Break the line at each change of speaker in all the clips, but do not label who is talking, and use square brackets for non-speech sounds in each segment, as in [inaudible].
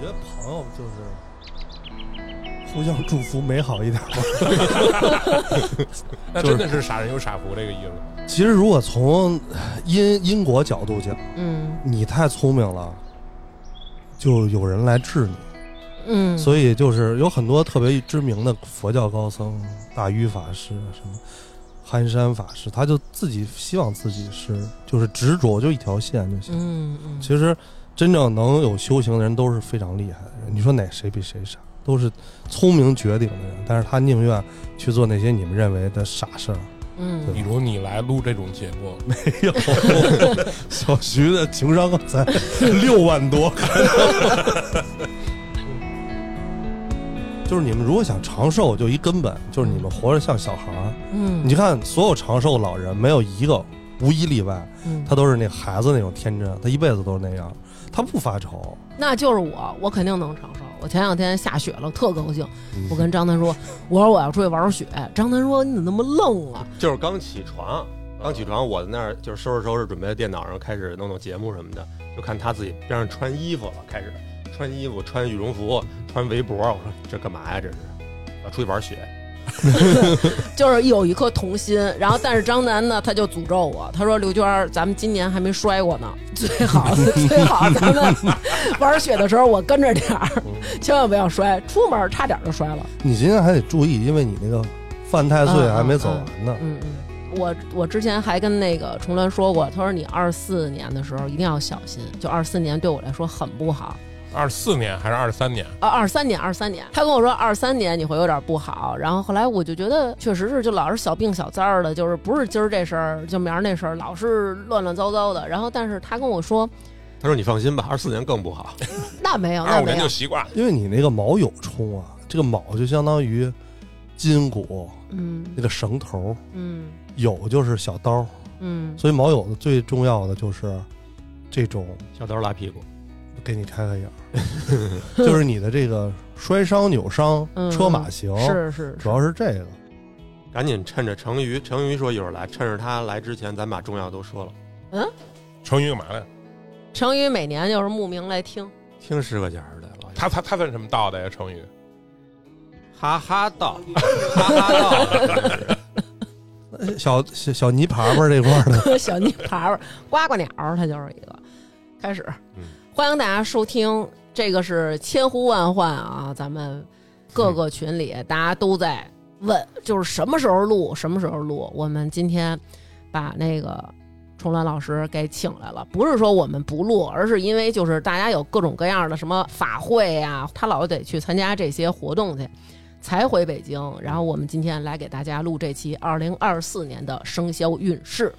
觉得朋友就是互相祝福美好一点吧。
那真的是傻人有傻福这个意思吗？
其实如果从因因果角度讲，
嗯
你太聪明了，就有人来治你。
嗯，
所以就是有很多特别知名的佛教高僧，大愚法师啊什么憨山法师，他就自己希望自己是就是执着就一条线就行。
嗯嗯，
其实真正能有修行的人都是非常厉害的人。你说哪谁比谁傻？都是聪明绝顶的人，但是他宁愿去做那些你们认为的傻事儿。
嗯
比如你来录这种节目，
[laughs] 哎呦，小徐的情商才 [laughs] 六万多。就是你们如果想长寿，就一根本就是你们活着像小孩儿。
嗯，
你看，所有长寿老人没有一个无一例外，
嗯
他都是那孩子那种天真，他一辈子都是那样，他不发愁。
那就是我，我肯定能承受。我前两天下雪了，特高兴。
嗯
我跟张丹说，我说我要出去玩会儿雪。张丹说你怎么那么愣啊？
就是刚起床，刚起床，我在那儿就是收拾收拾，准备电脑上开始弄弄节目什么的，就看他自己边上穿衣服了，开始穿衣服，穿羽绒服，穿围脖，我说这干嘛呀？这是要出去玩雪，
就是有一颗童心。然后，但是张楠呢，他就诅咒我，他说：“刘娟儿，咱们今年还没摔过呢，最好最好咱们玩雪的时候我跟着点儿，千万不要摔，出门差点就摔了。
你今天还得注意，因为你那个犯太岁还没走完呢。
嗯”嗯我我之前还跟那个崇伦说过，他说你二四年的时候一定要小心，就二四年对我来说很不好，
二四年还是二三年？
啊，二三年，二三年，他跟我说二三年你会有点不好，然后后来我就觉得确实是就老是小病小灾儿的，就是不是今儿这事儿就明儿那事儿，老是乱乱糟糟的。然后但是他跟我说
他说你放心吧，二四年更不好，
那没有，
二
那
五年
没
就，
有
习惯了。
因为你那个卯酉冲啊，这个卯就相当于筋骨
嗯
那个绳头，
嗯
酉就是小刀，
嗯
所以卯酉的最重要的就是这种
小刀拉屁股，
给你开开眼儿，
[laughs]
就是你的这个摔伤、扭伤、
嗯
车马行，
是是
主要是这个。
赶紧趁着成瑜，成瑜说一会儿来，趁着他来之前，咱把重要都说了，
成语干嘛呀？
成语每年就是慕名来听，
听十个小时的老
他他他算什么道的呀？成语
哈哈 [laughs] 道，哈哈道，
呃小小小泥耙耙这块儿的，
[laughs] 小泥耙呱呱鸟，它就是一个。开始
嗯，
欢迎大家收听，这个是千呼万唤啊，咱们各个群里大家都在问，就是什么时候录，什么时候录。我们今天把那个崇兰老师给请来了，不是说我们不录，而是因为就是大家有各种各样的什么法会啊，他老得去参加这些活动去。才回北京，然后我们今天来给大家录这期二零二四年的生肖运势。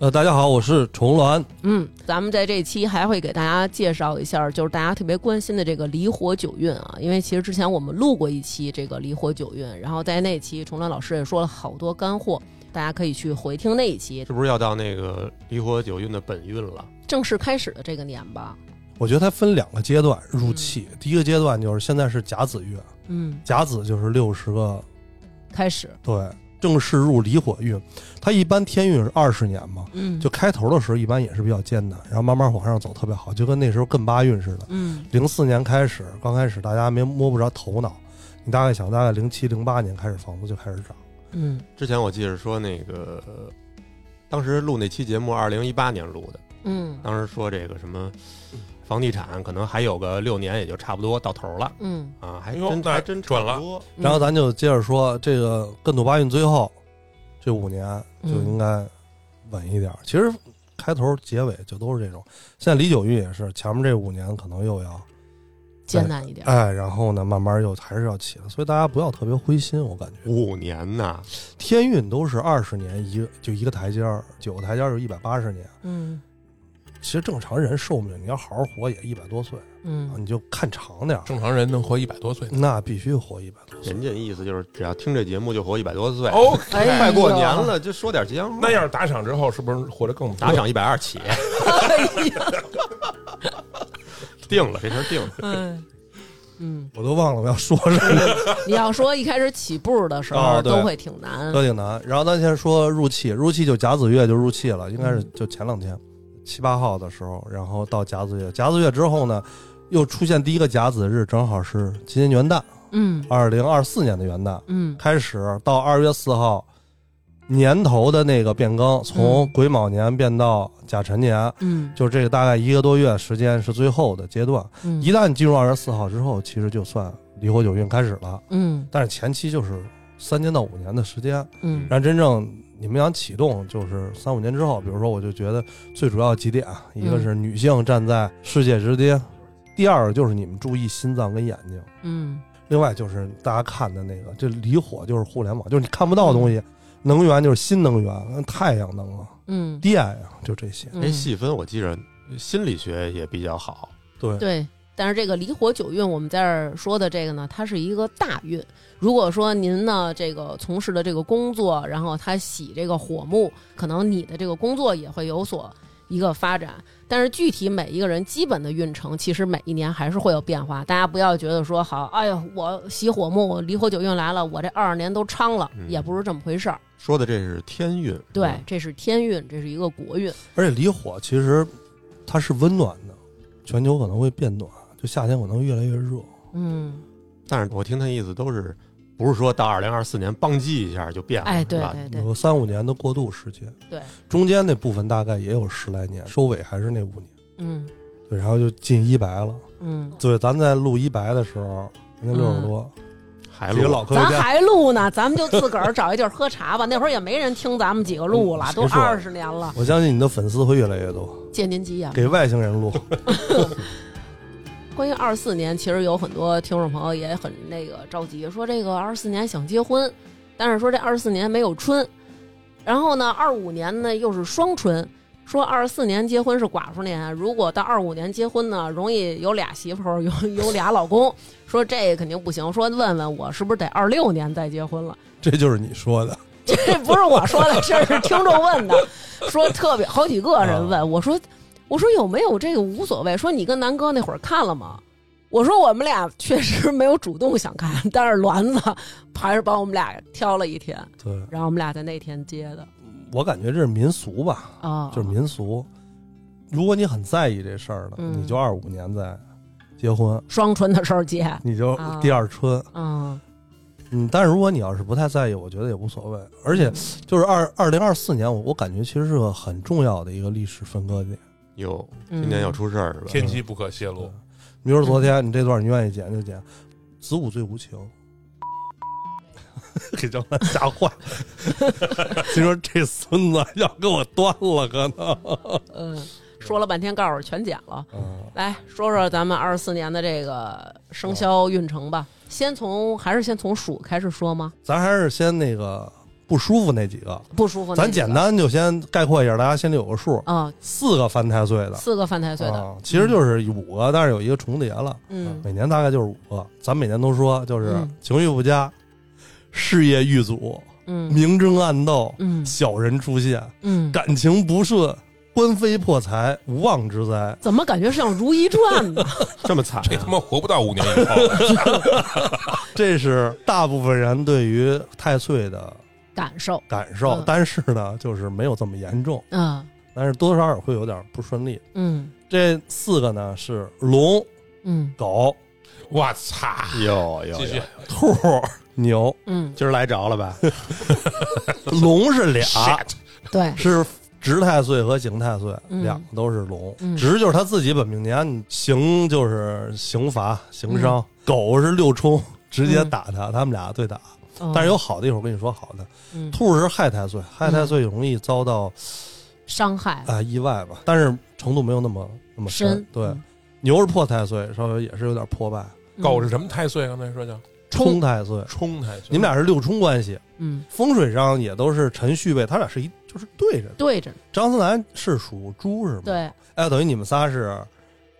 呃，大家好，我是重峦，
嗯，咱们在这一期还会给大家介绍一下，就是大家特别关心的这个离火九运啊，因为其实之前我们录过一期这个离火九运，然后在那期崇兰老师也说了好多干货，大家可以去回听那一期
这不是要到那个离火九运的本运了？
正式开始的这个年吧。
我觉得它分两个阶段入气，第一个阶段就是现在是甲子月，
嗯，
甲子就是六十个
开始，
对，正式入离火运，它一般天运是二十年嘛，
嗯，
就开头的时候一般也是比较艰难，然后慢慢往上走特别好，就跟那时候艮八运似的。
嗯
零四年开始，刚开始大家没摸不着头脑，你大概想，大概零七零八年开始房租就开始涨，
嗯
之前我记着说那个，呃当时录那期节目，二零一八年录的，
嗯
当时说这个什么房地产可能还有个六年，也就差不多到头了
嗯，
啊，还
哎呦
真
那
还真
准了
差不多。
然后咱就接着说这个艮土八运最后这五年
嗯
就应该稳一点。其实开头结尾就都是这种，现在离九运也是，前面这五年可能又要
嗯艰难一点，
哎，然后呢慢慢又还是要起来，所以大家不要特别灰心，我感觉
五年呐，
天运都是二十年一个就一个台阶儿，九个台阶儿就一百八十年。
嗯
其实正常人寿命，你要好好活也一百多岁，
嗯
你就看长点儿，
正常人能活一百多岁呢。
那必须活一百多岁。
人家意思就是只要听这节目就活一百多岁，
哦，
哎
快过年了就说点吉祥话。
那要是打赏之后，是不是活得更
打？赏一百二起， [laughs]
啊
定了这事儿定了。
嗯 [laughs] 嗯，
我都忘了我要说什么。
你要说一开始起步的时候
哦对
都会挺难，
都挺难。然后咱先说入气，入气就甲子月就入气了，应该是
嗯
就前两天七八号的时候，然后到甲子月，甲子月之后呢，又出现第一个甲子日，正好是今年元旦，
嗯
二零二四年的元旦
嗯
开始到二月四号，年头的那个变更，从
嗯
癸卯年变到甲辰年，
嗯
就这个大概一个多月时间是最后的阶段。
嗯，
一旦进入二月四号之后，其实就算离火九运开始了，
嗯
但是前期就是三年到五年的时间，
嗯
然后真正你们想启动，就是三五年之后。比如说，我就觉得最主要几点啊，一
嗯
个是女性站在世界之巅，第二就是你们注意心脏跟眼睛，
嗯
另外就是大家看的那个，这离火就是互联网，就是你看不到的东西，能源就是新能源，太阳能啊，
嗯，
电呀、就这些。
嗯
那细分我记着心理学也比较好，
对，
对，但是这个离火九运，我们在这儿说的这个呢，它是一个大运。如果说您呢这个从事的这个工作，然后它喜这个火木，可能你的这个工作也会有所一个发展。但是具体每一个人基本的运程，其实每一年还是会有变化。大家不要觉得说好，哎呀，我喜火木，我离火九运来了，我这二十年都昌了，
嗯
也不是这么回事儿。
说的这是天运，
对
嗯，
这是天运，这是一个国运。
而且离火其实它是温暖的，全球可能会变暖，就夏天可能越来越热。
嗯，
但是我听他意思都是，不是说到二零二四年邦机一下就变了，
哎，
是
对
吧？
对对
有个三五年的过渡时间，
对，
中间那部分大概也有十来年，收尾还是那五年，
嗯
对，然后就进一白了。
嗯，
对，咱在录一白的时候，人家六十多，
还
几个
录
嗯哎老科学
咱
家，
还录呢，咱们就自个儿找一地儿喝茶吧。 [laughs] 那会儿也没人听咱们几个录了，
嗯
都
谁说
二十年了，
我相信你的粉丝会越来越多，
借您吉言吧。
给外星人录，
关于二四年，其实有很多听众朋友也很那个着急，说这个二四年想结婚，但是说这二四年没有春，然后呢，二五年呢又是双春，说二四年结婚是寡妇年，如果到二五年结婚呢，容易有俩媳妇儿，有有俩老公，说这肯定不行，说问问我是不是得二六年再结婚了。
这就是你说的。
[laughs] 这不是我说的，这是听众问的，说特别好几个
啊
人问我说，我说有没有这个无所谓，说你跟南哥那会儿看了吗？我说我们俩确实没有主动想看，但是栾子还是帮我们俩挑了一天，
对
然后我们俩在那天接的
我感觉这是民俗吧，
哦
啊，
就是民俗。如果你很在意这事儿呢，
嗯
你就二五年再结婚，
双春的时候接，
你就
啊
第二春。
嗯
嗯，但是如果你要是不太在意，我觉得也无所谓。而
嗯
且就是二二零二四年，我我感觉其实是个很重要的一个历史分割点。
有
嗯
今年要出事儿是吧？
天机不可泄露。
嗯
[laughs]
比如说昨天你这段你愿意剪就剪，子午最无情，给张兰吓坏。心说这孙子要给我端了，可能。
嗯，说了半天告诉我全剪了，
嗯，
来说说咱们二四年的这个
哦
生肖运程吧，先从还是先从鼠开始说吗？
咱还是先那个不舒服那几个，
不舒服那
咱
几个，
简单就先概括一下，大家心里有个数。
啊，
四个犯太岁的，
四个犯太岁的，
啊，其实就是五个，但是有一个重叠了。
嗯
每年大概就是五个。咱每年都说，就是
嗯
情绪不佳、事业遇阻、
嗯
明争暗斗、
嗯
小人出现、
嗯，
感情不顺、官非破财、无妄之灾。
怎么感觉像《如懿传》
[laughs]
呢？
这么 [laughs] 惨、
这他
啊，
妈活不到五年以后，
这是大部分人对于太岁的
感受，
感受，
嗯
但是呢，就是没有这么严重，
嗯
但是多多少少会有点不顺利。
嗯
这四个呢是龙、
嗯
狗、
我操！
[laughs] 有有
继续
有，，
兔、牛。
嗯，
今儿来着了 [laughs] 吧？
龙是俩，
Shit
对，
是值太岁和刑太岁，
嗯
两个都是龙。
嗯
值就是他自己本命年，刑就是刑罚、刑伤；狗是六冲，直接打他，他们俩对打。
哦
但是有好的，一会儿我跟你说好的。
嗯
兔是害太岁，害太岁容易遭到
伤害
啊、意外吧，但是程度没有那么那么深。
深，
对，
嗯
牛是破太岁，稍微也是有点破败。
狗是什么太岁？刚才说叫
冲太岁，
冲太岁。
你们俩是六冲关系，
嗯
风水上也都是辰戌位，他俩是一就是对着的。
对着呢
张思楠是属猪是吗？ [laughs]
对啊
哎，等于你们仨是，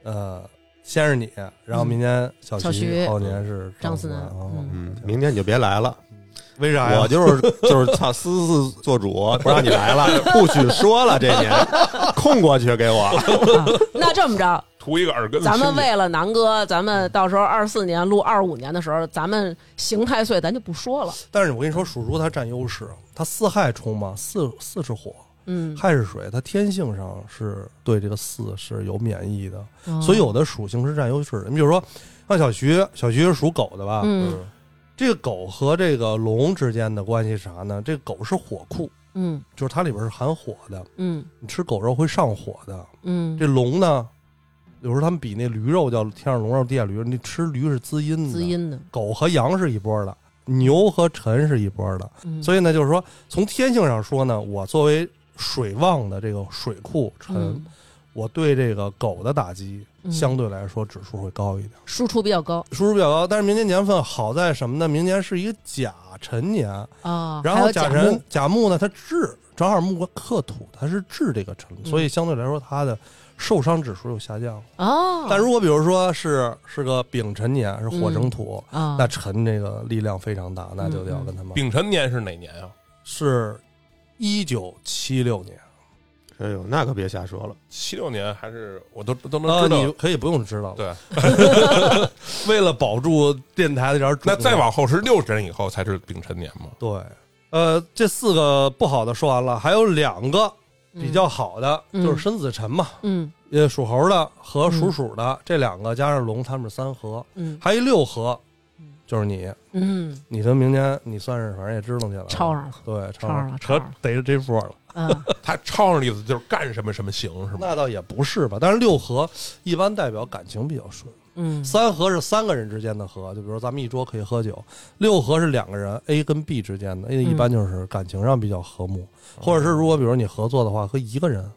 呃，先是你，然后明年小
嗯小
徐，
徐
后年是
张
思
思楠
哦
嗯
嗯，明天你就别来了，
为
[laughs]
啥呀
我？就是就是操私自做主，不让你来了，不许说了，这年空过去给我。
啊那这么着，
图一个耳根子
咱们
伸进去
为了南哥，咱们到时候二四年录二五年的时候，咱们刑太岁咱就不说了，
但是我跟你说，属猪它占优势，它四害冲嘛，四四是火，
嗯，
亥是水，它天性上是对这个四是有免疫的，
哦
所以有的属性是占优势的。你比如说，像小徐，小徐是属狗的吧？
嗯
这个狗和这个龙之间的关系是啥呢？这个狗是火库，
嗯
就是它里边是含火的，
嗯
你吃狗肉会上火的。
嗯，
这龙呢，有时候他们比那驴肉叫天上龙肉地下驴肉，你吃驴是滋阴的，
滋阴的，
狗和羊是一波的，牛和辰是一波的。
嗯
所以呢，就是说从天性上说呢，我作为水旺的这个水库辰，
嗯
我对这个狗的打击
嗯
相对来说指数会高一点，
输出比较高
指数比较高。但是明年年份好在什么呢？明年是一个甲辰年，
啊，
然
还
后
有甲
辰
木
甲木呢，它治正好木克克土，它是治这个辰，所以
嗯
相对来说它的受伤指数又下降。
哦，
但如果比如说是是个丙辰年，是火生土，
啊，
那辰这个力量非常大，那就得要
嗯嗯
跟他们
丙辰年是哪年啊？
是一九七六年。
哎呦，那可别瞎说了，
七六年还是我都都能
啊，
知道。
你可以不用知道了。
对，
为了保住电台的点儿主，
那再往后是六辰以后才是丙辰年嘛？
对，呃，这四个不好的说完了，还有两个比较好的，
嗯
就是申子辰嘛，
嗯
呃，属猴的和属鼠的、这两个加上龙，他们是三合，
嗯
还有一六合
嗯，
就是你，
嗯，
你跟明年你算是反正也支棱起来了，
抄上了，
对，抄
抄上
了，
了抄
可
上了
逮着这波了。
嗯
他抄上的意思就是干什么什么行是吗？
那倒也不是吧，但是六合一般代表感情比较顺。
嗯，
三合是三个人之间的合，就比如说咱们一桌可以喝酒。六合是两个人 A 跟 B 之间的，A
嗯
一般就是感情上比较和睦，
哦
或者是如果比如你合作的话，和一个人，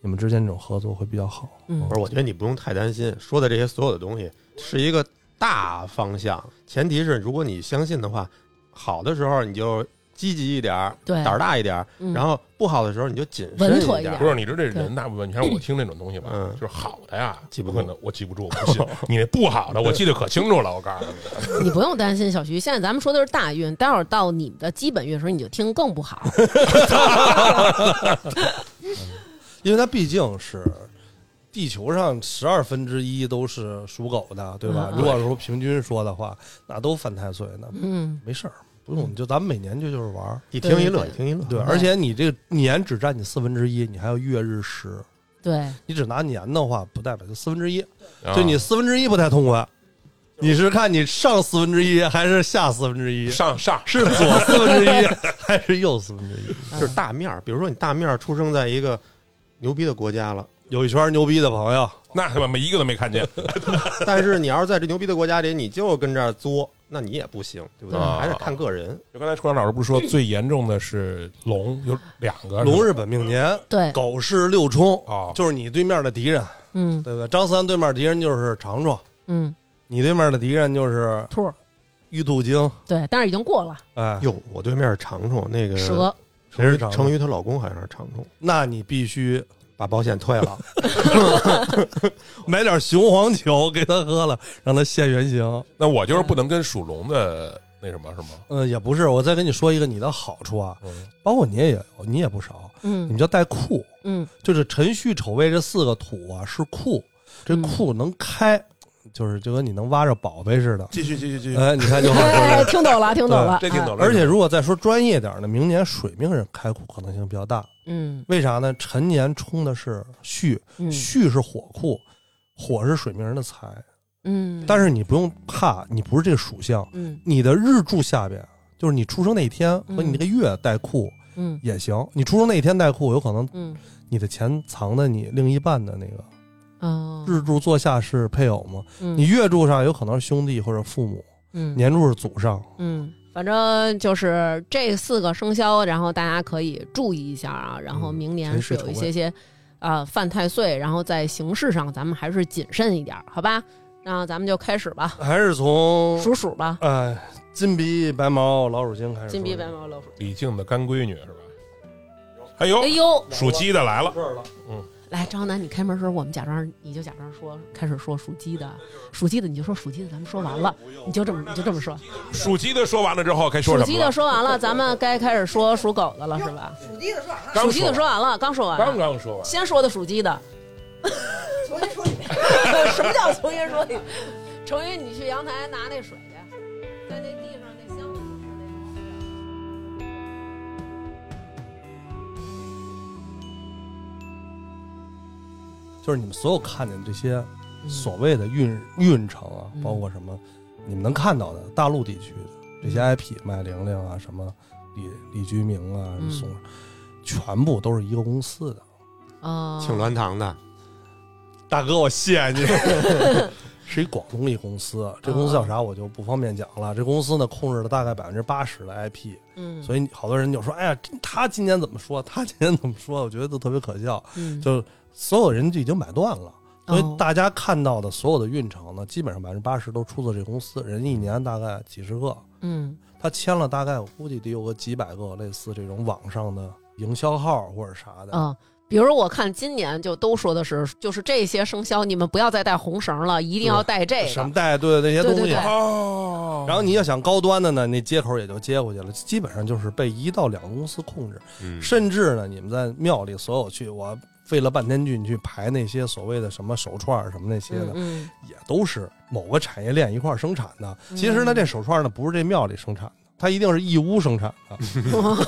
你们之间这种合作会比较好。
嗯
不是，我觉得你不用太担心。说的这些所有的东西是一个大方向，前提是如果你相信的话，好的时候你就积极一点儿，
对
胆儿大一点儿，
嗯
然后不好的时候你就谨
稳
慎
妥一
点
点
儿。
不是，你知道这
对
人大部分，你看我听这种东西吧，
嗯
就是好的呀，
记不
我可
住
能我记不住，我不信。
[laughs]
你那不好的，我记得可清楚了，我告诉你。
[laughs] 你不用担心，小徐。现在咱们说的是大运，待会儿到你的基本运的时候，你就听更
[laughs]
不好。
因为它毕竟是地球上十二分之一都是属狗的，对吧？
嗯
如果说平均说的话，那都犯太岁呢，
嗯，嗯
没事儿，不用，就咱们每年就就是玩儿。
一听一乐，
对对对
一听一乐。
对，而且你这个年只占你四分之一，你还有月日时，
对，
你只拿年的话，不代表就四分之一。[laughs]
啊
就你四分之一不太痛快，你是看你上四分之一还是下四分之一？
上上
是左四分之一还是右四分之一？
就是大面儿，比如说你大面儿出生在一个牛逼的国家了，
有一圈牛逼的朋友，
[laughs] 那他妈没一个都没看见，
但是你要是在这牛逼的国家里，你就跟这儿作，那你也不行，对不对？
啊
还得看个人。
就刚才初阳老师不是说最严重的是龙，有两个
龙
是
是本命年，
对，
狗是六冲，
啊，
就是你对面的敌人，
嗯
对不对？张三对面敌人就是长虫，
嗯，
你对面的敌人就是
兔儿，
玉兔精，
对，但是已经过了。
哎，
哟，我对面是长虫，那
呃
个
蛇，
谁是
长虫
成瑜？她老公好像是长虫，
那你必须
把保险退了。
[laughs] 买点雄黄酒给他喝了，让他现原形。
那我就是不能跟属龙的那什么是吗？
嗯，也不是，我再跟你说一个你的好处啊，
嗯，
包括你也有，你也不少，你
嗯
们叫带库。
嗯
就是辰戌丑未这四个土啊是库，这
嗯
库能开，就是就跟你能挖着宝贝似的。
继续继续继续，
哎，你看就好 [laughs] 说
哎，
的。
听懂了，听懂了，
这听懂了。
而且如果再说专业点儿呢，明年水命人开库可能性比较大。
嗯
为啥呢？辰年冲的是戌，
嗯
戌是火库，火是水命人的财。
嗯，
但
是
是你不用怕，你不是这个属相，
嗯
你的日柱下边就是你出生那一天和你那个月带库
嗯
也行。你出生那一天带库，有可能
嗯
你的钱藏在你另一半的那个
哦，
日柱座下是配偶吗？
嗯
你月柱上有可能是兄弟或者父母，
嗯
年柱是祖上。
嗯，反正就是这四个生肖，然后大家可以注意一下啊。然后
嗯
明年
谁
是
是
有一
丑
些
位
些啊犯太岁，然后在形式上咱们还是谨慎一点儿，好吧？那咱们就开始吧，
还是从
数数吧。
哎金鼻白毛老鼠精开始。
金鼻白。毛老鼠，
李静的干闺女是吧？哎呦
哎，呦，
属鸡的来了，
来张楠，你开门的时候，我们假装你就假装说开始说属鸡的，属鸡的你就说属鸡的，咱们说完了，你就这么你就这么说。
属鸡的说完了之后该说
属
什
鸡
么
的
了？
说完了，咱们该开始说属狗的了，是吧？
属鸡的说完了，
刚
属鸡的说完了，刚说完了
刚刚说完，
先说的属鸡的，
重新说一遍。
[laughs] 什么叫重新说一遍？程云，你去阳台拿那水去，在那地上那箱子里面那种。
就是你们所有看见这些所谓的运运城啊，
嗯嗯
包括什么你们能看到的大陆地区的这些 IP，麦玲玲啊，什么李李居明啊，
嗯
宋，全部都是一个公司的。
[laughs] 啊，
请鸾堂的，
大哥，我谢你。是一广东一公司，啊这公司
哦
叫啥我就不方便讲了。这公司呢控制了大概百分之八十的 IP，
嗯，
所以好多人就说：“哎呀，他今年怎么说？他今年怎么说？”我觉得都特别可笑。
以
就所有人就已经买断了，所
嗯哦
以大家看到的所有的运程呢，基本上百分之八十都出自这公司，人一年大概几十个，
嗯
他签了大概我估计得有个几百个类似这种网上的营销号或者啥的。
啊。比如我看今年就都说的是，就是这些生肖，你们不要再带红绳了，一定要带这
什么
个。嗯
带队的那些东西，
对对
嗯
对
哦，
然后你要想高端的呢，那接口也就接回去了，基本上就是被一到两个公司控制。
嗯，
甚至呢，你们在庙里所有去，我费了半天劲去排那些所谓的什么手串儿什么那些的，
嗯
也都是某个产业链一块儿生产的。其实呢，
嗯
这手串呢不是这庙里生产的，它一定是义乌生产
[laughs]
的，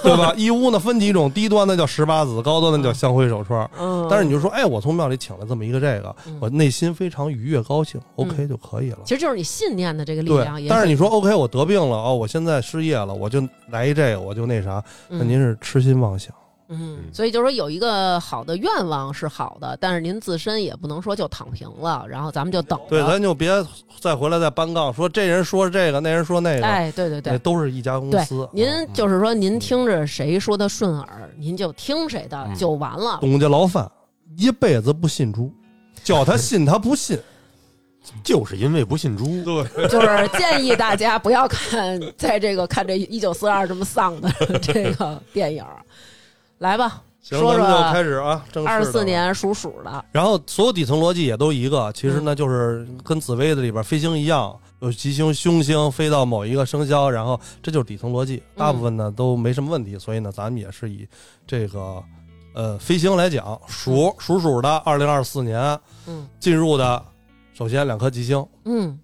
对吧？义乌呢分几种，低端的叫十八子，高端的叫香灰手串。
嗯，
但是你就说，哎，我从庙里请了这么一个这个，
嗯
我内心非常愉悦高兴，OK 就可以了。
其实就是你信念的这个力量
对，
也。
但是你说 OK，我得病了哦，我现在失业了，我就来一这个，我就那啥，那
嗯
您是痴心妄想。
嗯，
嗯
所以就是说有一个好的愿望是好的，但是您自身也不能说就躺平了，然后咱们就等着。
对，咱就别再回来再搬杠，说这人说这个，那人说那个，
哎，对对
那
对。
都是一家公
对
司。，
您
嗯
就是说，您听着谁说的顺耳，您就听谁的
嗯
就完了。
董家老范一辈子不信猪，叫他信他不信，
就是因为不信猪，对，
就是建议大家不要看，在这个看这一九四二这么丧的这个电影儿。来吧，
行，
[laughs] 说
咱们就
说
开始啊，正式的
二四。年属鼠的，
然后所有底层逻辑也都一个，其实呢就是跟紫薇的里边飞星一样，有吉星、凶星飞到某一个生肖，然后这就是底层逻辑，大部分呢都没什么问题，所以呢咱们也是以这个呃飞星来讲，属属鼠的二零二四年
嗯
进入的，首先两颗吉星，
嗯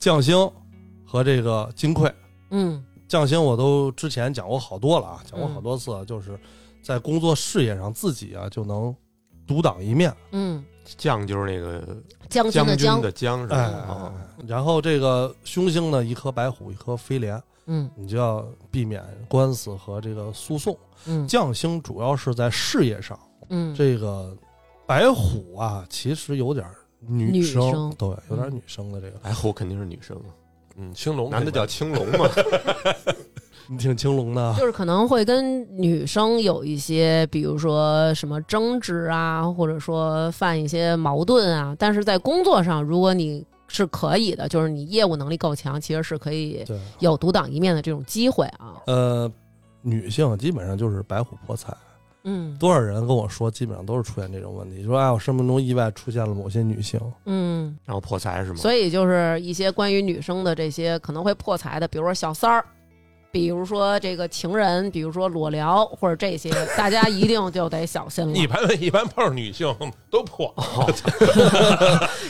将星和这个金匮，
嗯
将星我都之前讲过好多了啊，讲过好多次啊，就是在工作事业上自己啊就能独当一面。
嗯，
将就是那个
将军
将
的
军
将，
的将是吧？
哎
哦，
然后这个凶星呢，一颗白虎，一颗飞廉，
嗯
你就要避免官司和这个诉讼。
嗯
将星主要是在事业上，
嗯，
这个白虎啊，其实有点女生，
女生
对，有点女生的这个，
白虎肯定是女生啊，
嗯，青龙
男
这
的叫
边
青龙嘛，
你挺青龙的啊，
就是可能会跟女生有一些，比如说什么争执啊，或者说犯一些矛盾啊。但是在工作上，如果你是可以的，就是你业务能力够强，其实是可以
对，
有独当一面的这种机会啊。
呃，女性啊基本上就是白虎破财。
嗯
多少人跟我说，基本上都是出现这种问题，说哎，我生命中意外出现了某些女性，
嗯，
然后破财是吗？
所以就是一些关于女生的这些可能会破财的，比如说小三儿。比如说这个情人，比如说裸聊或者这些，大家一定就得小心
一
了。
般一般碰上女性都破，
[laughs]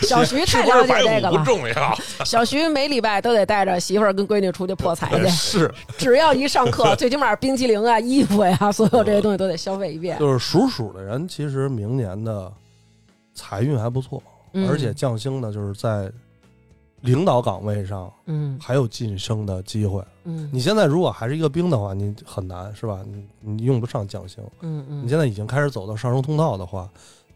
小徐
是
太
不是
了解这
白
个
虎不
了，
重要？，
小徐每礼拜都得带着媳妇儿跟闺女出去破财去
[laughs]
是
只要一上课，最起码冰淇淋啊、衣服呀、所有这些东西都得消费一
[laughs]
遍。
就是属鼠的人，其实明年的财运还不错，
嗯
而且降星呢，就是在领导岗位上
嗯
还有晋升的机会。
嗯
你现在如果还是一个兵的话，你很难是吧？你你用不上降星，
嗯嗯
你现在已经开始走到上升通道的话，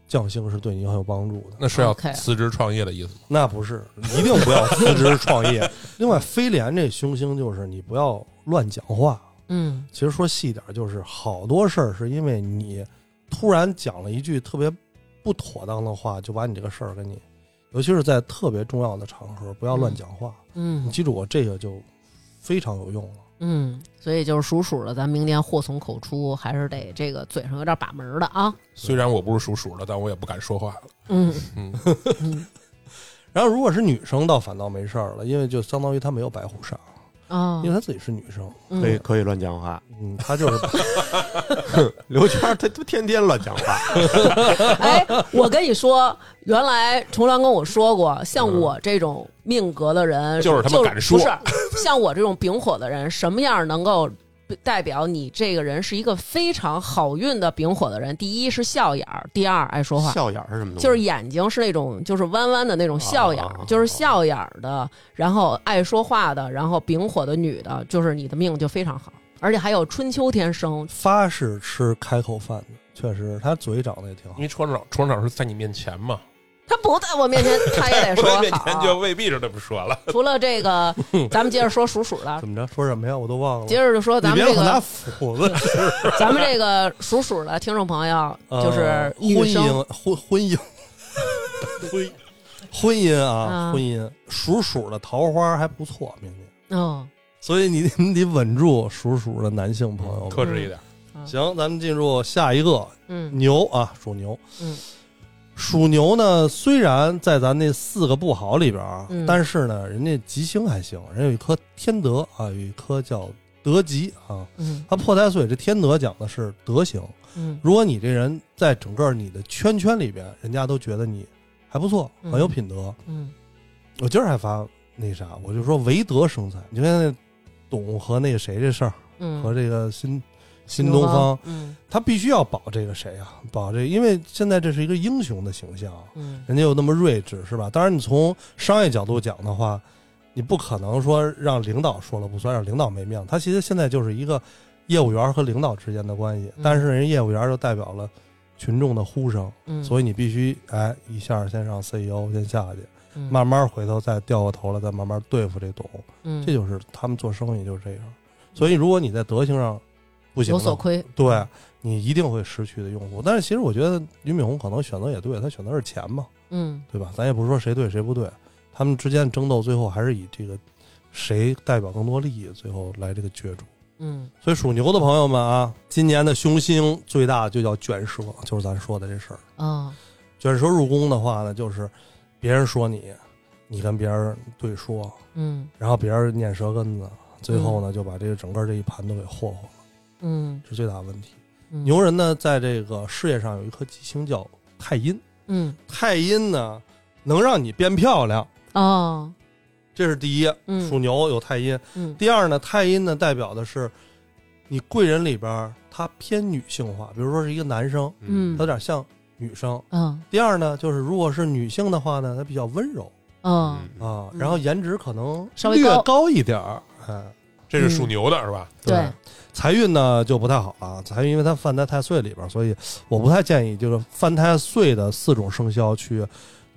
降星是对你很有帮助的。
[laughs] 那是要
OK
辞职创业的意思吗？
那不是，一定不要辞职创
[laughs]
业。另外，飞廉这凶星就是你不要乱讲话。
嗯
其实说细一点，就是好多事儿是因为你突然讲了一句特别不妥当的话，就把你这个事儿给你，尤其是在特别重要的场合，不要乱讲话。你
嗯
记住我这个就非常有用了。
嗯，所以就是属鼠的，咱明年祸从口出，还是得这个嘴上有点把门儿的啊。
虽然我不是属鼠的，但我也不敢说话了。
嗯
嗯，
嗯
然后如果是女生，倒反倒没事儿了，因为就相当于她没有白虎煞，
啊
因为，她自己是女生，
嗯
可以可以乱讲话，
嗯，她就是
刘娟儿她她天天乱讲话，
[laughs]
哎，我跟你说，原来重良跟我说过，像我这种命格的人，
嗯就是他们敢说
不是像我这种丙火的人，什么样能够代表你这个人是一个非常好运的丙火的人。第一是笑眼儿，第二爱说话，
笑眼儿是什么东西？
就是眼睛是那种就是弯弯的那种笑眼儿，
啊
就是笑眼儿的，然后爱说话的，然后丙火的女的，就是你的命就非常好，而且还有春秋天生，
发是吃开口饭的，确实他嘴长得也挺好
因。为船长船长是在你面前嘛，
他不在我面前，他也得
不
说
[laughs] 在面前就
好。
未必是这么
[laughs]
说了。
除了这个，咱们接着说属鼠的，
怎么着？说什么呀？我都忘了。
接着就说嗯咱
你
们
别
这
老拿 [laughs]
个，
斧子。
咱们这个属鼠的听众朋友，就是
呃
女
婚
生
姻婚婚姻婚婚姻啊
啊
婚姻，属鼠的桃花还不错，明年。
哦，
所以你 [laughs] 你得稳住属鼠的男性朋友们。
克制一点，
行，咱们进入下一个
嗯
牛啊，属牛。
嗯，
属牛呢，虽然在咱那四个不好里边啊，
嗯
但是呢，人家吉星还行，人有一颗天德啊，有一颗叫德吉啊。
嗯
他破太岁，这天德讲的是德行。
嗯
如果你这人在整个你的圈圈里边，人家都觉得你还不错，
嗯
很有品德。
嗯
我今儿还发那啥，我就说唯德生财。你就看那董和那个谁这事儿，
嗯，
和这个新新
牛
东
郎
方，，
嗯
他必须要保这个谁啊？保这因为现在这是一个英雄的形象，啊
嗯
人家又那么睿智，是吧？当然，你从商业角度讲的话，你不可能说让领导说了不算，让领导没面子。他其实现在就是一个业务员和领导之间的关系，
嗯
但是人家业务员就代表了群众的呼声，
嗯，
所以你必须哎一下先上 CEO 先下去，
以慢
慢慢回头再掉过头来，再慢慢对付这董，
嗯
这就是他们做生意就是这样。所以如果你在德行上不行
有
的
所
话
亏，
对你一定会失去的用户。但是其实我觉得俞敏洪可能选择也对，他选择是钱嘛，
嗯
对吧？咱也不是说谁对谁不对，他们之间争斗最后还是以这个谁代表更多利益，最后来这个角逐。
嗯
所以属牛的朋友们啊，今年的凶星最大就叫卷舌，就是咱说的这事儿。
啊
卷舌入宫的话呢，就是别人说你，你跟别人对说，
嗯
然后别人念舌根子，最后呢就把这个整个这一盘都给霍霍了，
嗯
这是最大的问题。
嗯
牛人呢，在这个事业上有一颗吉星叫太阴，
嗯
太阴呢能让你变漂亮，
哦
这是第一。
嗯
属牛有太阴。
嗯
第二呢，太阴呢代表的是你贵人里边儿他偏女性化，比如说是一个男生，
嗯
他有点像女生。
嗯
第二呢，就是如果是女性的话呢，她比较温柔
哦
嗯嗯
啊，
嗯
然后颜值可能
稍微
略
高
高一点儿，哎，
这是
嗯
属牛的是吧？
对
财运呢就不太好了，财运因为它犯在太岁里边儿，所以我不太建议就是犯太岁的四种生肖去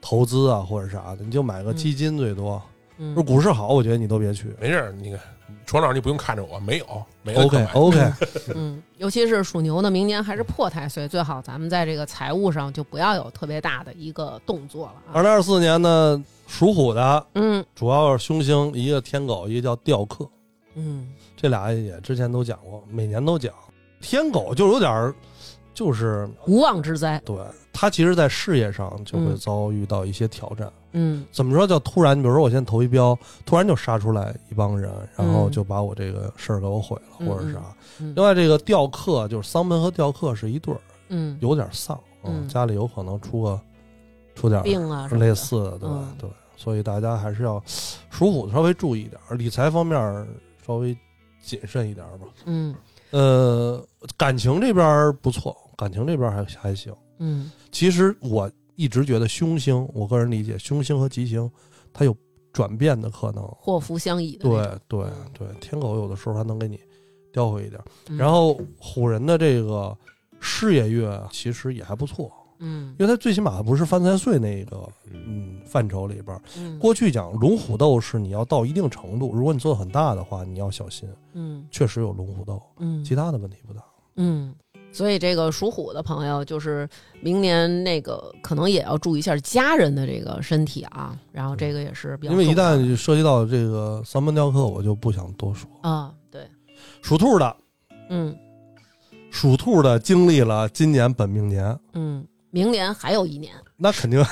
投资啊或者啥的，你就买个基金最多。
嗯
如果股市好，我觉得你都别去。
没事儿，你看船长，你不用看着我，没有，没有
OK OK，
嗯，尤其是属牛的，明年还是破太岁，最好咱们在这个财务上就不要有特别大的一个动作了
二
啊。
零二四年呢，属虎的
嗯
主要是凶星，一个天狗，一个叫吊客，
嗯
这俩也之前都讲过，每年都讲。天狗就有点儿，就是
无妄之灾。
对他其实，在事业上就会
嗯
遭遇到一些挑战。
嗯
怎么说叫突然？比如说我现在投一标，突然就杀出来一帮人，然后就把我这个事儿给我毁了，
嗯
或者是啥。
嗯
另外，这个吊客就是丧门和吊客是一对儿，
嗯，
有点丧，
嗯
家里有可能出个出点儿
病啊什么的
类似的，对、
嗯
对，所以大家还是要属虎的稍微注意一点儿，理财方面儿稍微谨慎一点儿吧。
嗯
呃，感情这边儿不错，感情这边儿还还行。
嗯
其实我一直觉得凶星，我个人理解，凶星和吉星它有转变的可能。
祸福相倚的那种。
对对
嗯
对，天狗有的时候还能给你调回一点儿。
嗯
然后虎人的这个事业运啊其实也还不错，
嗯
因为它最起码不是犯太岁那个
嗯
嗯范畴里边儿。
嗯
过去讲龙虎斗是你要到一定程度，如果你做的很大的话，你要小心，
嗯
确实有龙虎斗，
嗯
其他的问题不大。
嗯，所以这个属虎的朋友，就是明年那个可能也要注意一下家人的这个身体啊。然后这个也是比较
因为一
重要的
旦涉及到这个三门雕刻，我就不想多说。
啊，对，
属兔的，
嗯
属兔的经历了今年本命年，
嗯，明年还有一年，
那肯定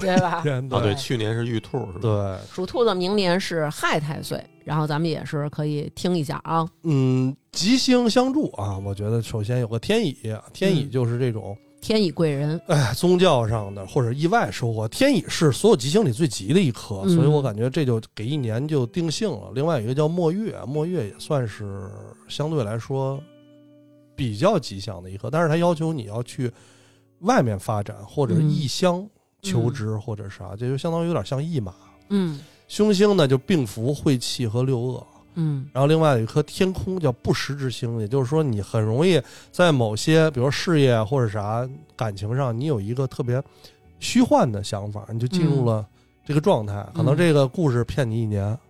对吧？
[laughs] 天
啊，
的。
对，去年是玉兔是吧？
对，
属兔的明年是亥太岁，然后咱们也是可以听一下啊。
嗯，吉星相助啊，我觉得首先有个天乙，天乙
嗯
就是这种
天乙贵人，
哎，宗教上的或者意外收获，天乙是所有吉星里最吉的一颗，
嗯
所以我感觉这就给一年就定性了。另外有一个叫墨月，墨月也算是相对来说比较吉祥的一颗，但是它要求你要去外面发展或者
嗯
异乡求职或者啥，这就相当于有点像驿马。
嗯
凶星呢就病符、晦气和六恶，
嗯
然后另外有一颗天空叫不时之星，也就是说你很容易在某些，比如事业或者啥感情上，你有一个特别虚幻的想法，你就进入了这个状态。可能这个故事骗你一年啊、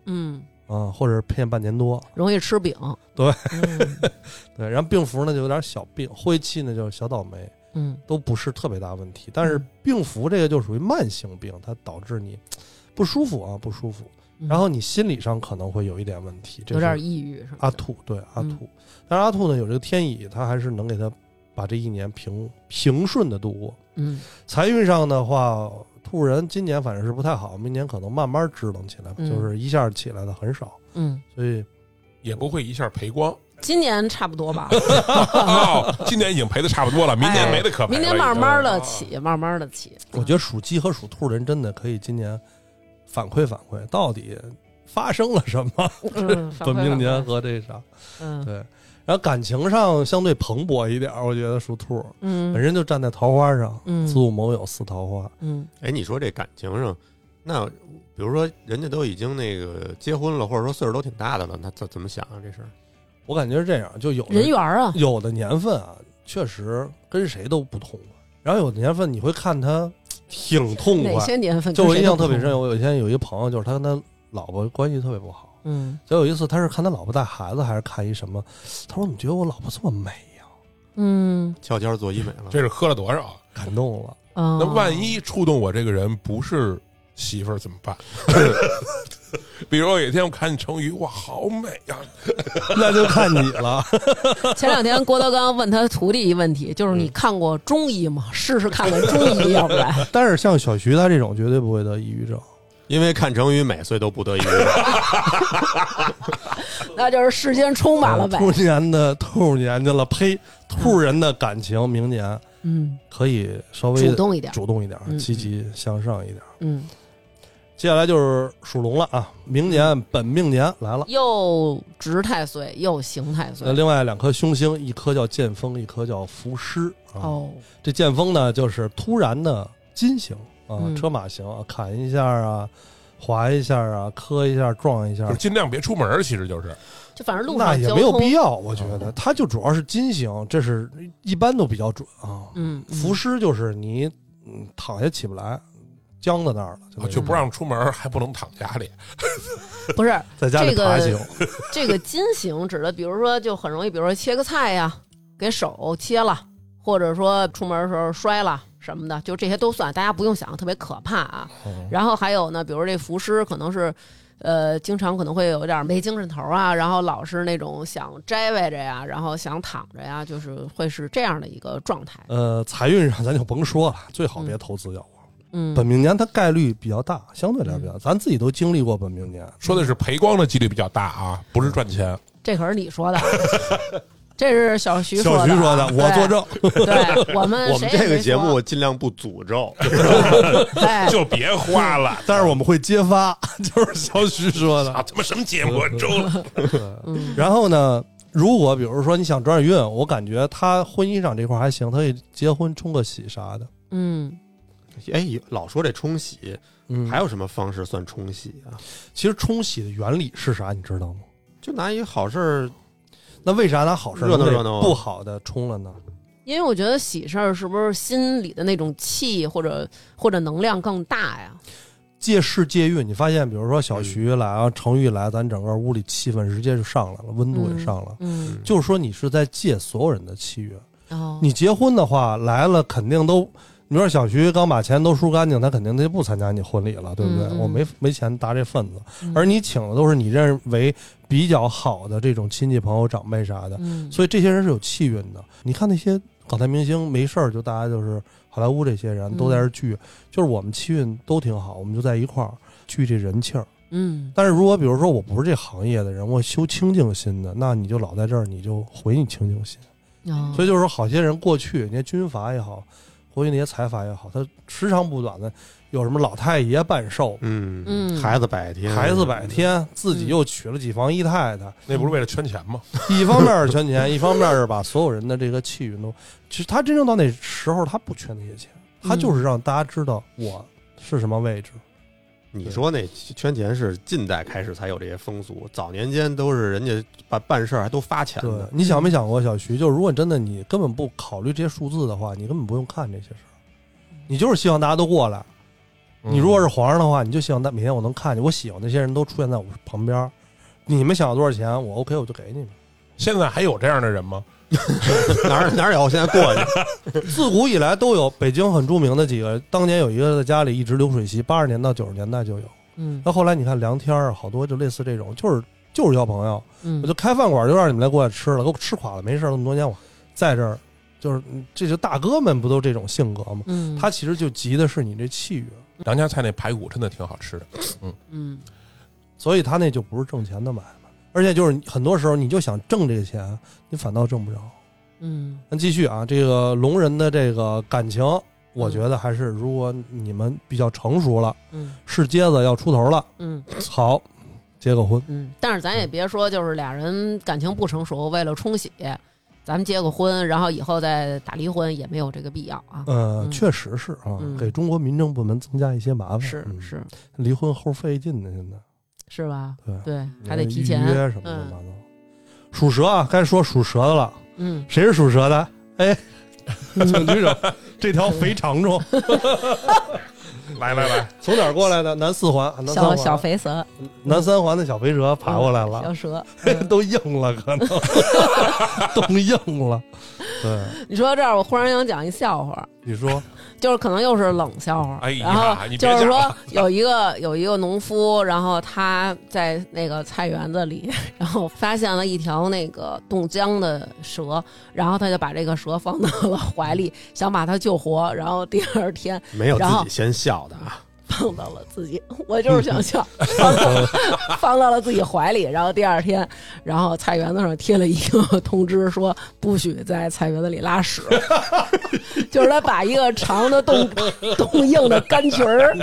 嗯，
或者骗半年多。
容易吃饼，
[laughs] 对
嗯，
对，然后病符呢就有点小病，晦气呢就是小倒霉，
嗯
都不是特别大问题。但是病符这个就属于慢性病，它导致你不舒服啊，不舒服。
嗯，
然后你心理上可能会有一点问题，这
有
是
点抑郁什么的
阿，兔，对阿
嗯
兔，但是阿兔呢有这个天乙，他还是能给他把这一年平平顺的度过。
嗯
财运上的话，兔人今年反正是不太好，明年可能慢慢支棱起来吧，
嗯
就是一下起来的很少，
嗯，
所以
也不会一下赔
[laughs]
光。
今年差不多
[laughs]
吧，
哦，今年已经赔的差不多了，明年
哎
没得可赔
明
了。
年慢慢的
已
起，慢慢的起，
啊我觉得属鸡和属兔的人真的可以今年反馈反馈，到底发生了什么？
嗯反
本
馈
命
反
年
馈
和这啥？
嗯
对，然后感情上相对蓬勃一点儿，我觉得属兔本
嗯
身就站在桃花上，
嗯
子午卯酉四桃花，
嗯
哎，你说这感情上，那比如说人家都已经那个结婚了，或者说岁数都挺大的了，那怎怎么想啊这事儿？
我感觉是这样，就有的
人缘儿啊，
有的年份啊，确实跟谁都不痛快。然后有的年份你会看他挺痛
哪
快，
些年份
啊就
跟
我
谁
印象
都
特别
不
深。
同，
我有一天有一朋友，就是他跟他老婆关系特别不好。
嗯
结果有一次他是看他老婆带孩子，还是看一什么？他说：“你觉得我老婆这么美呀、
嗯
悄悄做医美了，
这是喝了多少？
感动
[laughs]
了。
啊，
那万一触动我这个人不是媳妇儿怎么办？ [laughs] 比如我有一天我看成语，哇，好美啊呀、
那就看你了。
前两天郭德纲问他徒弟一问题，就是你看过中医吗？试试看看中医，要不然
但是像小徐他这种绝对不会得抑郁症。
嗯
因为看成语美，所以都
[laughs]
不得已。
那就是世间充满
[laughs]
了呗。
兔年的兔年去了，呸！兔人的感情明年
嗯，
可以稍微
主动一点。
主动一点，
嗯
积极向上一点。
嗯，
接下来就是属龙了啊，明年
嗯
本命年来了。
又值太岁，又刑太
那
岁。
另外两颗凶星，一颗叫剑锋，一颗叫伏尸啊。
哦，
这剑锋呢，就是突然的金型啊，
嗯
车马型啊，砍一下啊，划一下啊，磕一下，撞
啊
一下
就是，尽量别出门儿，其实就是
就反正路
那
上
也
交哦
没有
通
必。要，我觉得它就主要是金型，这是一般都比较准啊。
嗯，嗯
伏尸就是你嗯躺下起不来，僵在那儿了，就那
嗯
啊就
种
不让出门儿，还不能躺家里。
不是
在家里
这个
爬行。
这个金型指的，比如说就很容易，比如说切个菜呀，给手切了，或者说出门的时候摔了什么的，就这些都算，大家不用想特别可怕啊。然后还有呢，比如这浮尸可能是。呃，经常可能会有点没精神头啊，然后老是那种想摘歪着呀，然后想躺着呀，就是会是这样的一个状态。
呃，财运上咱就甭说了，最好别投资药。
嗯，
本命年它概率比较大，相对来讲，咱自己都经历过本命年。
说的是赔光的几率比较大啊，不是赚钱。
这可是你说的，这是小徐说的
小
啊，
徐说的，我作证。
对。对，我们
[laughs] 我
谁
们
也
这个
没
节目
说，
尽量不诅咒， [laughs]
[laughs]
哎，
就别花了，
但是我们会揭发，就是小徐说
啊，
的。
他妈什么节目啊？
[laughs]
周了，
嗯
然后呢，如果比如说你想转转运，我感觉他婚姻上这块还行，他也结婚冲个喜啥的。
嗯
哎，老说这冲洗，
嗯
还有什么方式算冲洗啊？
其实冲喜的原理是啥，你知道吗？
就拿一好事儿，
那为啥拿好事儿
热闹
能给
热闹啊
不好的冲了呢？
因为我觉得喜事儿是不是心里的那种气或者或者能量更大呀？
借势借运，你发现，比如说小
嗯
徐来啊，程昱来，咱整个屋里气氛直接就上来了，温度也上了。
嗯，
就是说，你是在借所有人的气运。
哦，
你结婚的话，来了肯定都，你说小徐刚把钱都输干净，他肯定他就不参加你婚礼了，对不对？
嗯嗯
我没没钱搭这份子，
嗯
而你请的都是你认为比较好的这种亲戚朋友长辈啥的，
嗯，
所以这些人是有气运的。你看那些港台明星没事儿就大家就是好莱坞这些人
嗯
都在这儿聚，就是我们气运都挺好，我们就在一块儿聚这人气儿。
嗯
但是如果比如说我不是这行业的人，我修清净心的，那你就老在这儿，你就回你清净心。
哦
所以就是说，好些人过去那些军阀也好，过去那些财阀也好，他时长不短的有什么老太爷办寿，
嗯
嗯
孩子百天，嗯
孩子百天，自己又娶了几房姨太太，
那不是为了圈钱吗？
一方面是圈钱，一方面是把所有人的这个气运都，其实他真正到那时候，他不缺那些钱，他就是让大家知道我是什么位置。
你说那圈钱是近代开始才有这些风俗，早年间都是人家办办事儿还都发钱
对
的，，
你想没想过，小徐？就是如果真的你根本不考虑这些数字的话，你根本不用看这些事儿，你就是希望大家都过来。
嗯
你如果是皇上的话，你就希望他每天我能看见，我喜欢那些人都出现在我旁边儿。你们想要多少钱，我 OK，我就给你们。
现在还有这样的人吗？
哪儿哪儿有现在过去？
自古以来都有，北京很著名的几个，当年有一个在家里一直流水席，八十年到九十年代就有。
嗯
那后来你看梁天儿啊好多就类似这种，就是就是交朋友，我
嗯，
就开饭馆就让你们来过来吃了，给我吃垮了，没事儿，那么多年我在这儿，就是嗯这些大哥们不都这种性格吗？
嗯
他其实就急的是你这气运，
梁家菜那排骨真的挺好吃的，
嗯
所以他那就不是挣钱的买卖，而且就是很多时候你就想挣这个钱，你反倒挣不着。
嗯
那继续啊，这个龙人的这个感情，我觉得还是如果你们比较成熟了，
嗯
是街子要出头了，
嗯
好，结个婚。
嗯，但是咱也别说，就是俩人感情不成熟，为了冲喜，咱们结个婚，然后以后再打离婚，也没有这个必要啊。
呃
嗯，
确实是啊，
嗯
给中国民政部门增加一些麻烦。
是
嗯
是
离婚齁费劲呢，现在
是吧？
对
对，还得
预
提前。
约什么的
嗯
嘛都。属蛇啊，该说属蛇的了，
嗯，
谁是属蛇
[laughs]
的？哎，
嗯
请举手。 [laughs] 这条肥肠虫
来来来，
从哪儿过来的？南四环，南三
小
环，
小肥蛇
南三环的小肥蛇爬过来了 [laughs]
小，蛇，
嗯
都硬了，可能 [laughs] 冻硬了。对，
你说到这儿，我忽然想讲一笑话，
你说
就是可能又是冷笑话。
哎呀
然后
你别
就是
讲
说
了
有一个有一个农夫，然后他在那个菜园子里， [laughs] 然后发现了一条那个冻僵的蛇，然后他就把这个蛇放到了怀里，想把它救活，然后第二天
没有自
然后
己先笑的啊，
放到了自己，我就是想笑，放到了放到了自己怀里，然后第二天，然后菜园子上贴了一个通知，说不许在菜园子里拉屎， [laughs] 就是他把一个长的冻冻硬的干裙儿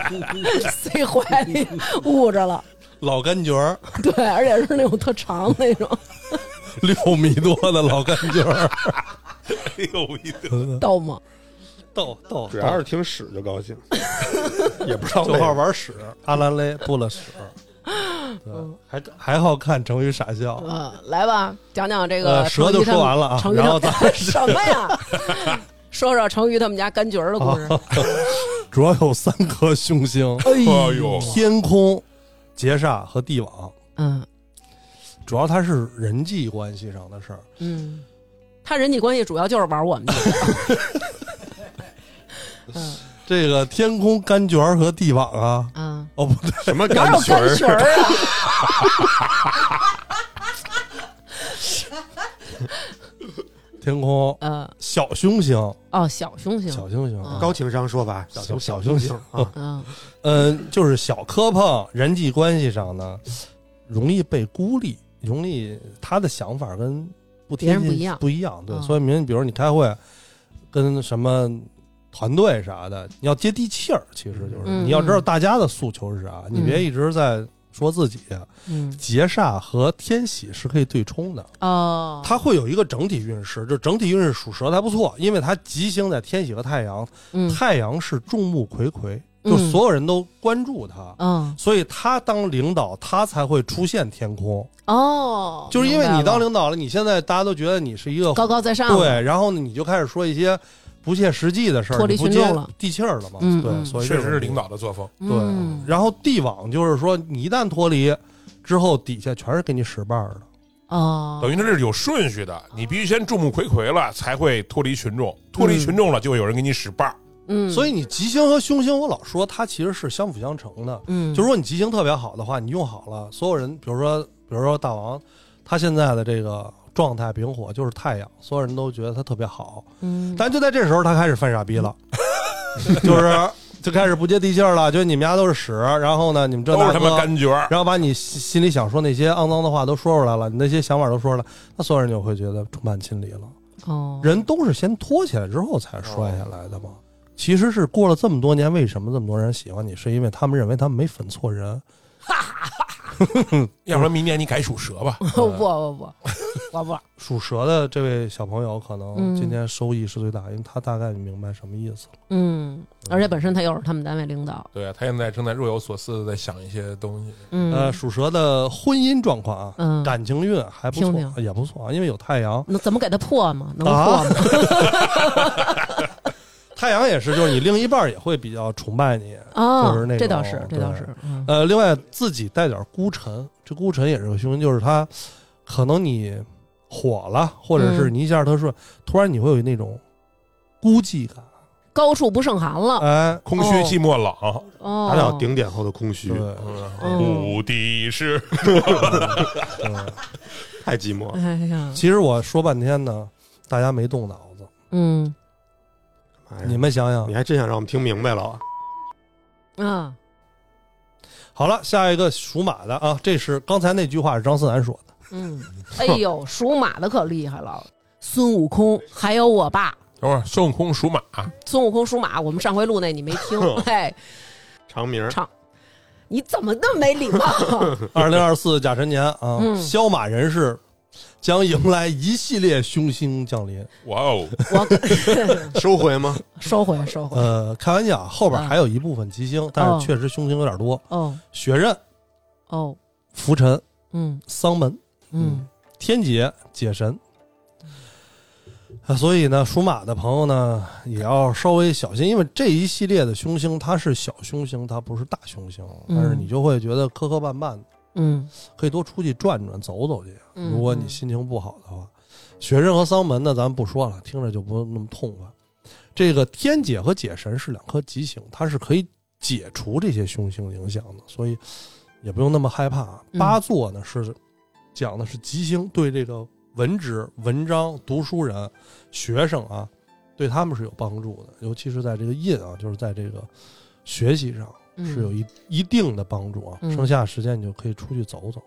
塞怀里捂着了，
老干角儿， [laughs]
对，而且是那种特长那种，
六米多的老干角儿，
哎呦，我一
嗯
逗吗？
逗逗，
主要是听屎就高兴，也不
[laughs]
知道
逗就好
为
玩屎，阿兰蕾不了屎，对，还还好看成语傻笑。
呃，来吧，讲讲这个
呃蛇
成
就
瑜他
说
们
完了啊
成瑜
然
他
后
们 [laughs] 什么呀？说说成瑜他们家柑橘儿的故事。
哦主要有三颗凶星：
哎呦，
天空、劫煞和地网。
嗯
主要它是人际关系上的事儿。
嗯，他人际关系主要就是玩我们的。嗯
这个天空干卷儿和地网啊，
[laughs] 嗯，
哦不对，
[laughs]
什么
哪
干
有
群儿
柑橘儿啊？
天空
呃，
小凶星，
哦，小凶
小
星，
凶星啊，
[coughs] 高情商说法，
小
小
小胸
胸型
型
啊，
嗯
嗯，就是小磕碰，人际关系上呢，容易被孤立，容易他的想法跟不贴近
别人不一样
不一样，对，
嗯
所以明比如你开会，跟什么团队啥的，你要接地气儿，其实就是、
嗯
你要知道大家的诉求是啥，你别一直在说自己。
嗯
劫煞和天喜是可以对冲的，
哦，
它会有一个整体运势，就整体运势属蛇的还不错，因为它吉星在天喜和太阳，
嗯
太阳是众目睽睽，
嗯
就所有人都关注他，
嗯
所以他当领导，他才会出现天空，
哦，
就是因为
明白
你当
了
领导了，你现在大家都觉得你是一个
高高在上，，
对，然后呢，你就开始说一些不切实际的事儿，
脱离
你不
群众
接
了
地气儿了嘛，
嗯
对，
嗯
所以
确
这
实是
种
领导的作风。
对，
嗯
然后地网就是说，你一旦脱离之后，底下全是给你使绊儿的。
嗯
哦，
等于它是有顺序的，你必须先众目睽睽了，才会脱离群众，
嗯
脱离群众了，就会有人给你使绊儿。
嗯，
所
以
以你吉星和凶星，我老说它其实是相辅相成的。
嗯，
就是说你吉星特别好的话，你用好了，所有人，比如说，比如说大王，他现在的这个状态丙火就是太阳，所有人都觉得他特别好。
嗯
但就在这时候，他开始犯傻逼了，就是就开始不接地气儿了，觉得你们家都是屎，然后呢，你们这
都
那
是他妈
个，
干角儿，
然后把你心心里想说那些肮脏的话都说出来了，你那些想法都说出来，那所有人就会觉得众叛亲离了。
[laughs] 哦，
人都是先脱起来之后才摔下来的嘛。其实是过了这么多年，为什么这么多人喜欢你？是因为他们认为他们没粉错人。
要不然明年你改属蛇吧。
不不不，我不，
属蛇的这位小朋友可能
嗯
今天收益是最大，因为他大概明白什么意思了。
嗯，而且本身他又是他们单位领导，
对啊，他现在正在若有所思的在想一些东西。
嗯，
呃，属蛇的婚姻状况啊，
嗯，
感情运还不错，
听听
也不错啊，因为有太阳，
那怎么给他破嘛？能
啊
破吗？
[laughs] 太阳也是，就是你另一半也会比较崇拜你。
啊，
就是那
这倒
种
是，这倒
对
是，嗯
呃，另外自己带点孤尘，这孤尘也是个凶，就是他可能你火了，或者是
嗯
你一下他说，突然你会有那种孤寂感，
高处不胜寒了，
哎，
空虚、
哦
寂寞、冷，
哦，
达到顶点后的空虚
对，，
嗯，
嗯，
无敌是
嗯
太寂寞了。
哎呀，
其实我说半天呢，大家没动脑子，
嗯
哎呀
你们想想
你。还真想让我们听明白了啊？
啊，
好了，下一个属马的啊，这是刚才那句话是张思楠说
[laughs]
的， [laughs]
嗯，哎呦，属马的可厉害了，孙悟空还有我爸，
等会儿孙悟空属马，
孙悟空属马，我们上回录那你没
[laughs]
听，哎，
长名 [laughs] 儿
长你怎么那么没礼
[laughs]
貌？
二零二四甲辰年啊，
嗯
肖马人士将迎来一系列凶星降临。
哇哦，
我
收回 [laughs] 吗？
收回收回，
呃，开玩笑，后边
啊
还有一部分吉星，但是确实凶星有点多。
哦
血刃、
哦，
浮尘、
嗯
丧门、
嗯
天劫、解神。啊，所以呢，属马的朋友呢，也要稍微小心，因为这一系列的凶星，它是小凶星，它不是大凶星，
嗯
但是你就会觉得磕磕绊绊的，
嗯
可以多出去转转、走走去。
嗯
如果你心情不好的话，血刃和丧门呢，咱们不说了，听着就不那么痛快。这个天解和解神是两颗吉星，它是可以解除这些凶星影响的，所以也不用那么害怕啊。
嗯
八座呢是讲的是吉星对这个文职、文章、读书人、学生啊，对他们是有帮助的，尤其是在这个印啊，就是在这个学习上。
嗯
是有一一定的帮助啊。
嗯
剩下时间你就可以出去走走，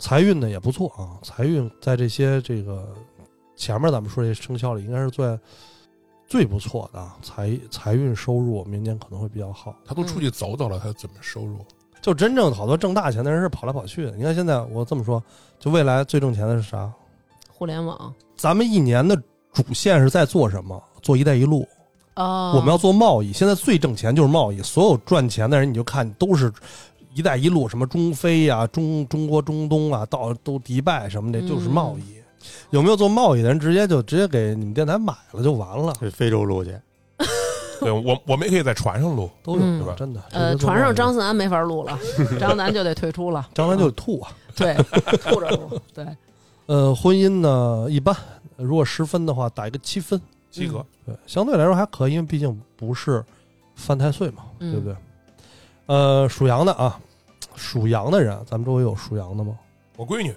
财运呢也不错啊。财运在这些这个前面咱们说这些生肖里，应该是最最不错的啊。财财运收入明年可能会比较好。
[laughs] 他都出去走走了，他怎么收入？
就真正好多挣大钱的人是跑来跑去的。你看现在我这么说，就未来最挣钱的是啥？
互联网
咱们一年的主线是在做什么？做“一带一路”，
哦，
我们要做贸易，现在最挣钱就是贸易，所有赚钱的人你就看都是“一带一路”，什么中非呀、中中国中东啊，到都迪拜什么的，
嗯
就是贸易。有没有做贸易的人直接就直接给你们电台买了就完了，
去非洲录去，
对我，我们也可以在船上录。
都有、
嗯
对吧？真的。
呃，
直接做贸
船
易
上张思楠没法录了，张思楠就得退
[laughs]
出了，
张兰就吐啊。
对，吐着录，对，
呃，婚姻呢一般，如果十分的话打一个七分，
及格，
嗯
对，相对来说还可以，因为毕竟不是犯太岁嘛，
嗯
对不对？呃，属羊的啊，属羊的人，咱们周围有属羊的吗？
我闺女，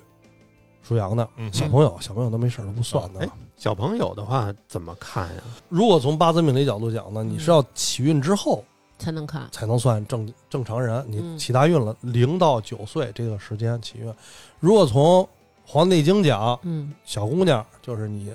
属羊的，
嗯，
小朋友，小朋友都没事儿都不算的
哎。小朋友的话怎么看呀？
如果从八字命理角度讲呢，
嗯
你是要起运之后
才能看，
才能算正正常人，你
嗯
起大运了，零到九岁这个时间起运。如果从《黄帝内经》讲，
嗯
小姑娘就是你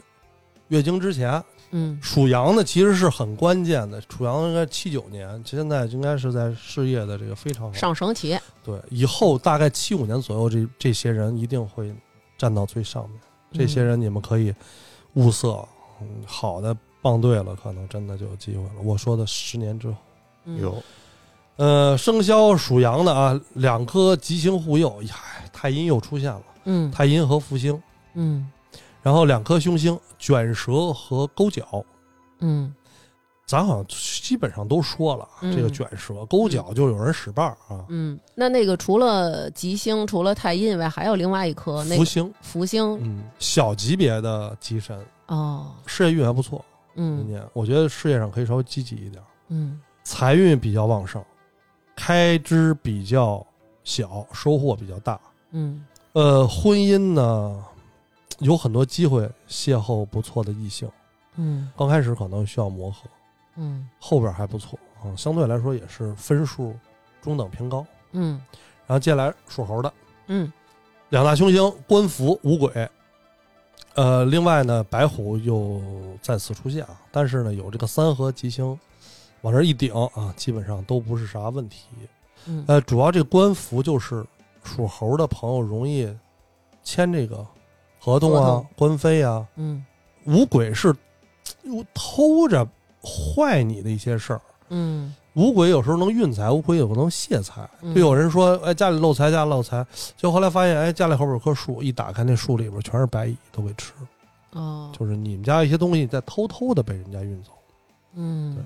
月经之前，
嗯
属羊的其实是很关键的。属羊应该七九年，现在应该是在事业的这个非常好
上升期，
对，以后大概七五年左右，这这些人一定会站到最上面。这
嗯
些人你们可以物色，嗯好的棒对了，可能真的就有机会了。我说的十年之后，
嗯
有
呃，生肖属羊的啊，两颗吉星护佑，哎呀，太阴又出现了，
嗯
太阴和福星，
嗯
然后两颗凶星卷舌和勾脚。
嗯
咱好像基本上都说了啊，
嗯
这个卷舌、勾脚就有人使绊儿啊，
嗯，那那个除了吉星，除了太阴以外，还有另外一颗那
福
个
星，
福星
嗯，小级别的吉神，
哦，
事业运还不错，今
嗯
年我觉得事业上可以稍微积极一点。
嗯
财运比较旺盛，开支比较小，收获比较大。
嗯
呃，婚姻呢，有很多机会邂逅不错的异性，
嗯
刚开始可能需要磨合，
嗯
后边还不错啊、相对来说也是分数中等偏高。
嗯
然后接下来属猴的
嗯
两大凶星官服五鬼，呃，另外呢，白虎又再次出现啊，但是呢，有这个三合吉星往这儿一顶啊，基本上都不是啥问题。
嗯
呃，主要这官服就是属猴的朋友容易签这个合同
合
啊
同、
官非啊，
嗯
五鬼是嘖偷着坏你的一些事儿。
嗯
五鬼有时候能运财，五鬼有时候能泄财。
嗯
就有人说，哎，家里漏财，家里漏财，就后来发现，哎，家里后边有棵树，一打开那树里边全是白蚁，都给吃了。
哦，
就是你们家一些东西在偷偷的被人家运走。
嗯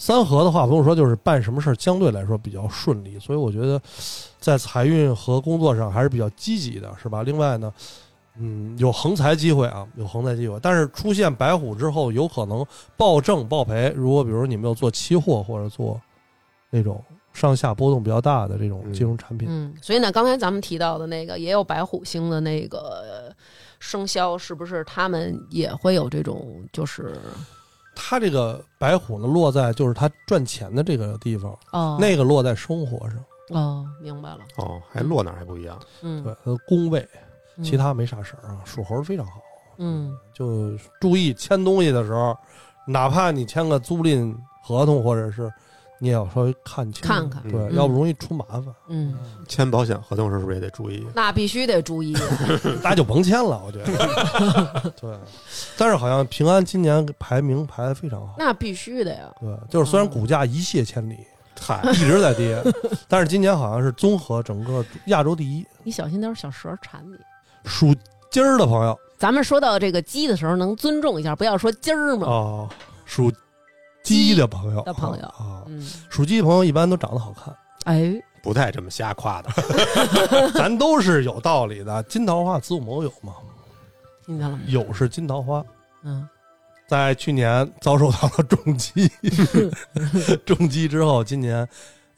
三合的话不用说，就是办什么事儿相对来说比较顺利，所以我觉得在财运和工作上还是比较积极的，是吧？另外呢，嗯，有横财机会啊，有横财机会。但是出现白虎之后，有可能暴挣暴赔。如果比如你没有做期货或者做那种上下波动比较大的这种
嗯
金融产品，
嗯，所以呢，刚才咱们提到的那个也有白虎星的那个生肖，是不是他们也会有这种就是
它这个白虎呢落在就是它赚钱的这个地方，
哦
那个落在生活上，
哦，明白了，
哦，还落哪儿还不一样？
嗯，
对，它的宫位。
嗯
其他没啥事儿啊。属猴非常好，
嗯
就注意签东西的时候，哪怕你签个租赁合同，或者是你也要稍微看清，
看看，
对，
嗯
要不容易出麻烦，
嗯，
签保险合同时候是不是也得注意？
那必须得注意，
大家就甭签了，我觉得。
[laughs]
对，但是好像平安今年排名排的非常好。
那嗯必须的呀，
对，就是虽然股价一泻千里，
嗨，
一直在
[laughs]
跌，但是今年好像是综合整个亚洲第一。
你小心点儿小蛇缠你。
属鸡儿的朋友
咱们说到这个鸡的时候，能尊重一下，不要说鸡儿嘛。
啊，属鸡的朋友
嗯鸡的朋友
啊，
嗯，
属鸡的朋友一般都长得好看。
哎，
不带这么瞎夸的。
[laughs]
咱都是有道理的。金桃花子午卯酉嘛，
听见了吗？
酉是金桃花，
嗯
在去年遭受到了重
[laughs]
击，重击之后，今年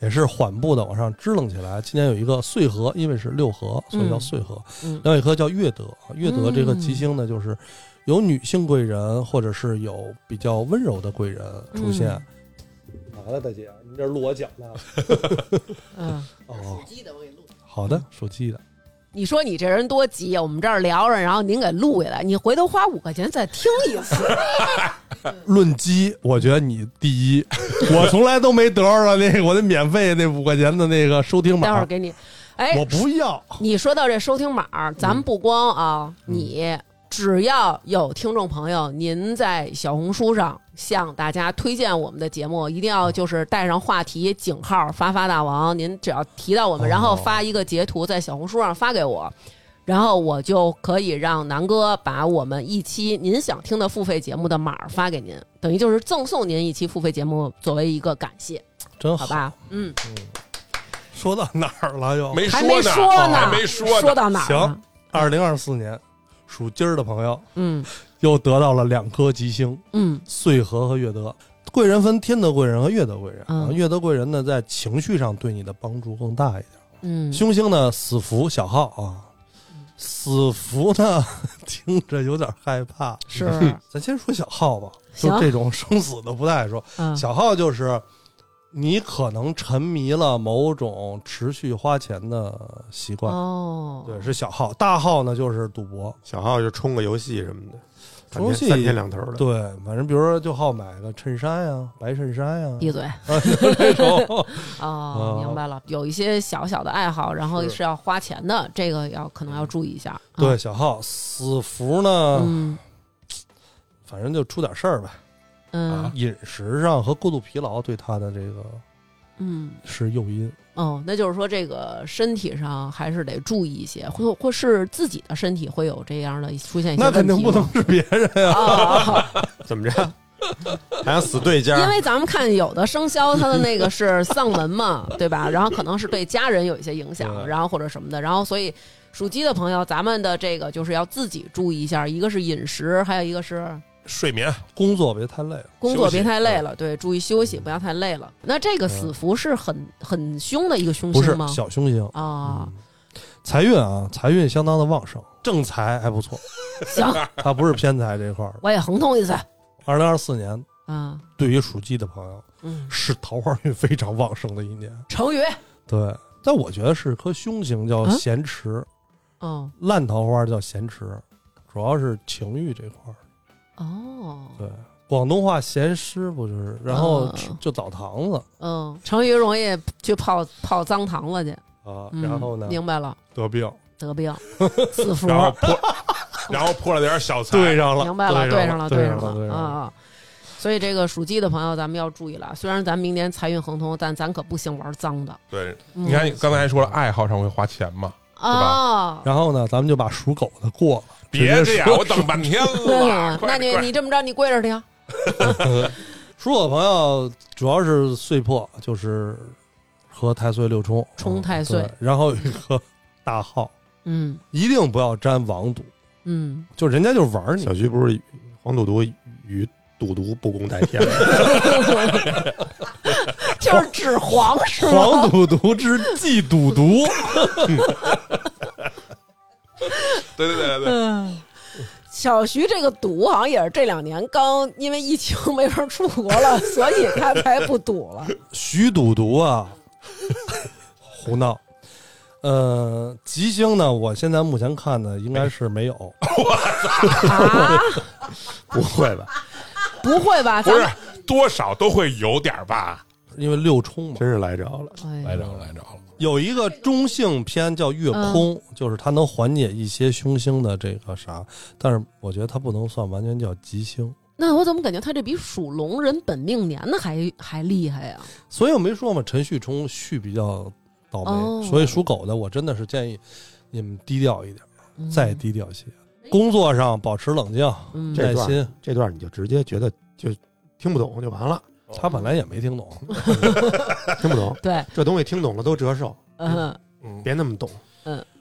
也是缓步的往上支棱起来。今年有一个岁合，因为是六合，所以叫岁合。
嗯
另外一颗叫月德，月德这个
嗯
吉星呢，就是有女性贵人，或者是有比较温柔的贵人出现。完了，大姐，你这录我讲呢？
嗯，
哦，
鸡的我给录。
好的，属鸡的，
你说你这人多急，啊我们这儿聊着，然后您给录下来，你回头花五块钱再听一
[laughs]
次。
论鸡，我觉得你第一， [laughs] 我从来都没得着了那个 [laughs] 我的免费那五块钱的那个收听
待会
码
儿，给你，哎，
我不要。
你说到这收听码儿，咱们不光啊，你只要有听众朋友，您在小红书上向大家推荐我们的节目，一定要就是带上话题井号“发发大王”，您只要提到我们，
哦
然后发一个截图在小红书上发给我。然后我就可以让南哥把我们一期您想听的付费节目的码儿发给您，等于就是赠送您一期付费节目作为一个感谢，
真
好
好，
吧？嗯，
说到哪儿了又？
没
还
呢，哦
没说呢，
还没说
说到哪儿了
行？二零二四年属鸡儿的朋友
嗯
又得到了两颗吉星，
嗯。
岁合和月德。贵人分天德贵人和月德贵人，
嗯
啊月德贵人呢在情绪上对你的帮助更大一点。
嗯，
凶星呢死符小号啊，死符呢 [laughs] 听着有点害怕，
是，
咱先说小号吧，
行
就这种生死的不太说。
嗯
小号就是你可能沉迷了某种持续花钱的习惯，
哦，
对，是小号。大号呢就是赌博，
小号就充个游戏什么的，三
充游
天
戏
三天两头的。
对，反正比如说就好买个衬衫呀、白衬衫呀、啊
闭嘴
这
[laughs]
种。
哦，
啊
明白了，有一些小小的爱好，然后是要花钱的，这个要可能要注意一下。啊
对，，小号死符呢，
嗯
反正就出点事儿呗。啊
嗯
饮食上和过度疲劳对他的这个
嗯，
是诱因。
哦，那就是说这个身体上还是得注意一些，会会是自己的身体会有这样的出现一些
那肯定
问
不
题
能
吗
是别人呀、
哦，
怎么着？ [laughs] 还想死对家
因？为咱们看有的生肖它的那个是丧
[laughs]
文嘛，对吧？然后可能是对家人有一些影响，
对
然后或者什么的，然后所以属鸡的朋友，咱们的这个就是要自己注意一下，一个是饮食，还有一个是
睡眠
工作别太累了。
工作
休息
别太累了，对，注意休息，不要太累
嗯
了。那这个死符是很很凶的一个凶
不是
星吗？
小嗯凶星
啊，
财运啊，财运相当的旺盛，正财还不错，
行，
它不是偏财这一块儿的。
我也横通
[laughs]
一次
二零二四年
啊，
对于属鸡的朋友
嗯，
是桃花运非常旺盛的一年，
成语，
对。但我觉得是颗凶星叫
啊
咸池，
哦
烂桃花叫咸池，主要是情欲这块儿。
哦，
对，广东话闲师傅就是，然后
嗯
吃就澡堂子
嗯，成鱼容易去泡泡脏堂子去，
啊，
嗯
然后呢
明白了，
得病，
得病，死服，
然后泼，然后泼了点小菜，
对上了，
明白了，
对
上
了，
对
上
了
对
啊
上了。
啊！所以这个属鸡的朋友，咱们要注意了。虽然咱明年财运亨通，但咱可不行玩脏的。
对，
嗯
你看你刚才还说了爱好上会花钱嘛，
哦，
然后呢，咱们就把属狗的过了，
别这
直接
样，
说
我等半天了
[laughs] 嗯，
快
那你
快
你这么着，你跪着听。
属狗的朋友主要是岁破，就是和太岁六冲，
冲太
嗯
岁
对然
[laughs]
后有一个大号，
嗯
一定不要沾王赌， [laughs]
嗯，
就人家就玩儿你
小。徐不是黄赌毒与赌毒不共戴天吗？ [laughs]
就是指黄是吗？
黄赌毒之忌赌毒， [laughs]
对对对对，
嗯，小徐这个赌好像也是这两年刚因为疫情没法出国了，所以他才不赌了。
徐赌毒啊，胡闹。呃，吉星呢，我现在目前看的应该是没有，
啊，
不会吧？
不会吧？咱
不
们
是多少都会有点儿吧，
因为六冲嘛。
真是来着了。
哎呀
来着了来着了，
有一个中性偏叫月空，
嗯
就是它能缓解一些凶星的这个啥，但是我觉得它不能算完全叫吉星，
那我怎么感觉他这比属龙人本命年的还还厉害呀、
所以我没说嘛，辰戌冲戌比较倒霉，
哦
所以属狗的我真的是建议你们低调一点，
嗯
再低调些，工作上保持冷静、
嗯
这
耐
段
心。
这段你就直接觉得就听不懂就完了，
他本来也没听懂，
哦
听不懂
对，
这东西听懂了都折寿，
嗯
嗯，
别那么懂。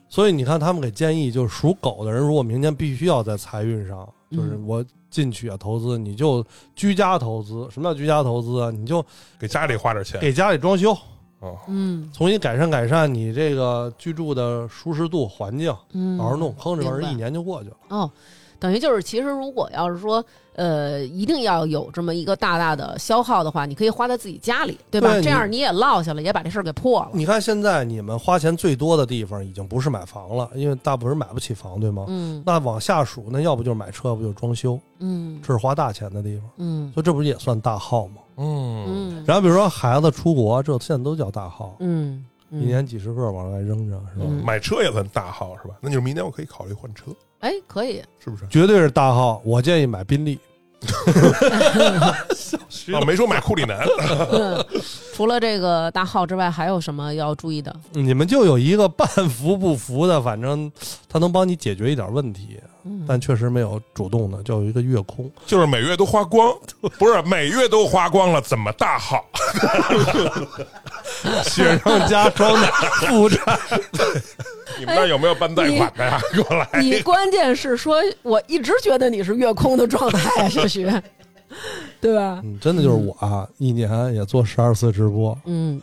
所以你看他们给建议，就是属狗的人，如果明年必须要在财运上，
嗯
就是我进去啊投资，你就居家投资。什么叫居家投资啊？你就
给家里花点钱，
给家里装修。
哦，
嗯
重新改善改善你这个居住的舒适度、环境，
嗯，
好好弄，吭哧吭哧，一
明白
年就过去了。
哦。等于就是，其实如果要是说，呃，一定要有这么一个大大的消耗的话，你可以花在自己家里，对吧？
对你
这样你也落下了，也把这事儿给破了。
你看现在你们花钱最多的地方已经不是买房了，因为大部分人买不起房，对吗？
嗯
那往下数，那要不就是买车，要不就是装修，
嗯
这是花大钱的地方，
嗯
所以这不是也算大号吗？
嗯，
嗯
然后比如说孩子出国，这现在都叫大号，
嗯，
一年几十个往外扔着，是吧？
嗯
买车也算大号是吧？那就是明年我可以考虑换车，
哎可以，
是不是？
绝对是大号，我建议买宾利。
啊，没说买库里南， [laughs]
嗯除了这个大号之外，还有什么要注意的？
你们就有一个半服不服的， [laughs] 反正他能帮你解决一点问题，
嗯，
但确实没有主动的，就有一个月空。
就是每月都花 [laughs] 光，不是每月都花光了，怎么大号？
雪上加霜的负债，
你们那儿有没有办贷款的 [laughs] 呀？给我来。
哎
你关键是说，我一直觉得你是月空的状
[laughs]
态，小徐，对吧？
嗯，真的就是我啊，一年也做十二次直播，
嗯，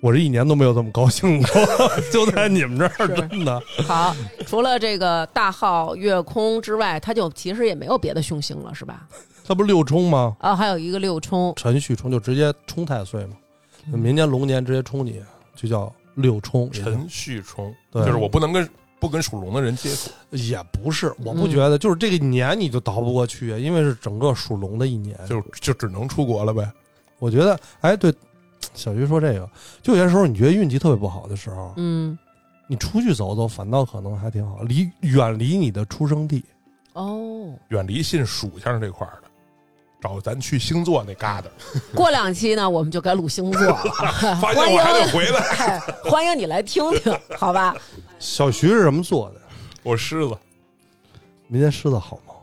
我这一年都没有这么高兴
[laughs]
过，就在你们这儿，
是
真的。
好。除了这个大号月空之外，他就其实也没有别的凶星了，是吧？
他不是六冲吗？
啊、还有一个六冲，
辰戌冲就直接冲太岁嘛，
嗯
明年龙年直接冲你，就叫六冲。
陈旭冲，
嗯对
就是我不能跟不跟属龙的人接触，
也不是，我
嗯
不觉得，就是这个年你就倒不过去，因为是整个属龙的一年。
就就只能出国了呗。
我觉得，哎，对，小徐说这个，就有些时候你觉得运气特别不好的时候，
嗯，
你出去走走，反倒可能还挺好，离远离你的出生地。
哦，
远离信属相这块儿的，找咱去星座那旮瘩，
过两期呢，我们就该录星座了， [laughs]
发
啊欢
现我还得
迎。
回来。 [laughs]
哎欢迎你来听听，好吧？
小徐是什么座的？
我狮子
明天狮子好吗？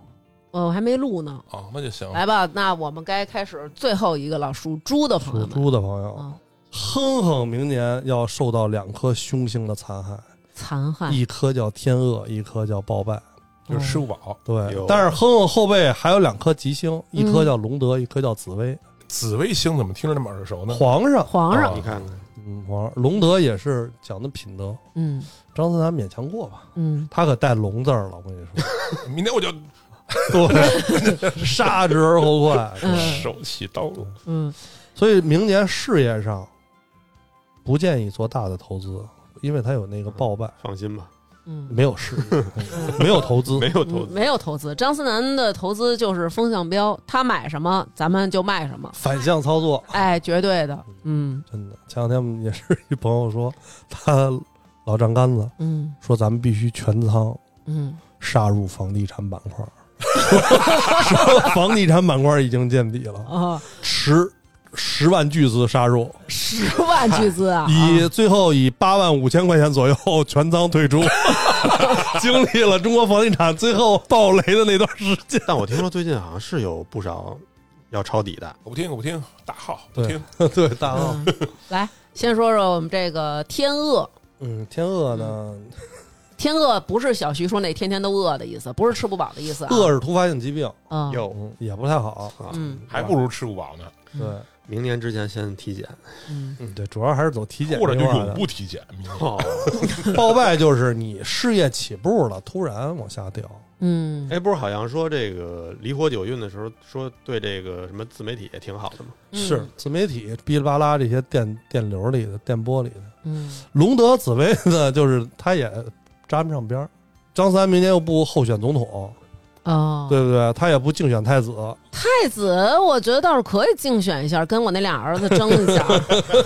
我哦还没录呢，
啊，那就行。
来吧，那我们该开始最后一个了，属猪的
属
朋友们
猪的朋友，
啊，
哼哼，明年要受到两颗凶星的残害，
残害，
一颗叫天厄，一颗叫暴败。
就是吃不饱。
对
哟，
但是哼哼后背还有两颗吉星，一颗叫龙德，一颗叫紫薇。
紫微星怎么听着那么耳熟呢？
皇上，
皇
啊
上，
你看看，
嗯，皇上，龙德也是讲的品德。
嗯
张思楠勉强过吧，
嗯，
他可带龙字儿了，我跟你说，
明天我就
对，杀之而后快。
嗯
手起刀落。
嗯，
所以明年事业上不建议做大的投资，因为它有那个暴败。
[laughs] 放心吧，
嗯，
没有事，没有投资，
没有投
嗯
资，
没有投资。张思楠的投资就是风向标，他买什么咱们就卖什么，
反向操作，
[laughs] 哎，绝对的，嗯
真的。前两天也是一朋友说，他老丈杆子
嗯
说咱们必须全仓
嗯，
杀入房地产板块儿，说房地产板块儿已经见底了，
啊，
十十万巨资杀入，
十 [laughs] 万巨资啊，
以最后以八万五千块钱左右 [laughs] 全仓退
[laughs]
出，经历了中国房地产最后暴雷的那段时间。
但我听说最近好像是有不少要抄底的，
我不听，我不听，大号不听，
[laughs] 对，大奥，
嗯，来先说说我们这个天饿。
嗯，天饿呢，
嗯天饿不是小徐说那天天都饿的意思，不是吃不饱的意思啊。
饿是突发性疾病，
嗯，
有
嗯，也不太好。
啊，
嗯
还不如吃不饱呢，
对，
明年之前先体检，
嗯
嗯对，主要还是走体检
或者
这
就
块儿
永
的。 [laughs]
不体检，明
[laughs]
天
哦，
报败就是你事业起步了，突然往下掉。
嗯，
[laughs] 哎，不是好像说这个离火九运的时候说对这个什么自媒体也挺好的吗？
嗯
是自媒体哔哩吧啦这些电电流里的电波里的，
嗯
隆德紫薇呢，就是他也沾不上边儿。张三明年又不候选总统，
哦，
对不对？他也不竞选太子，
太子，我觉得倒是可以竞选一下，跟我那俩儿子争一 [laughs] 下。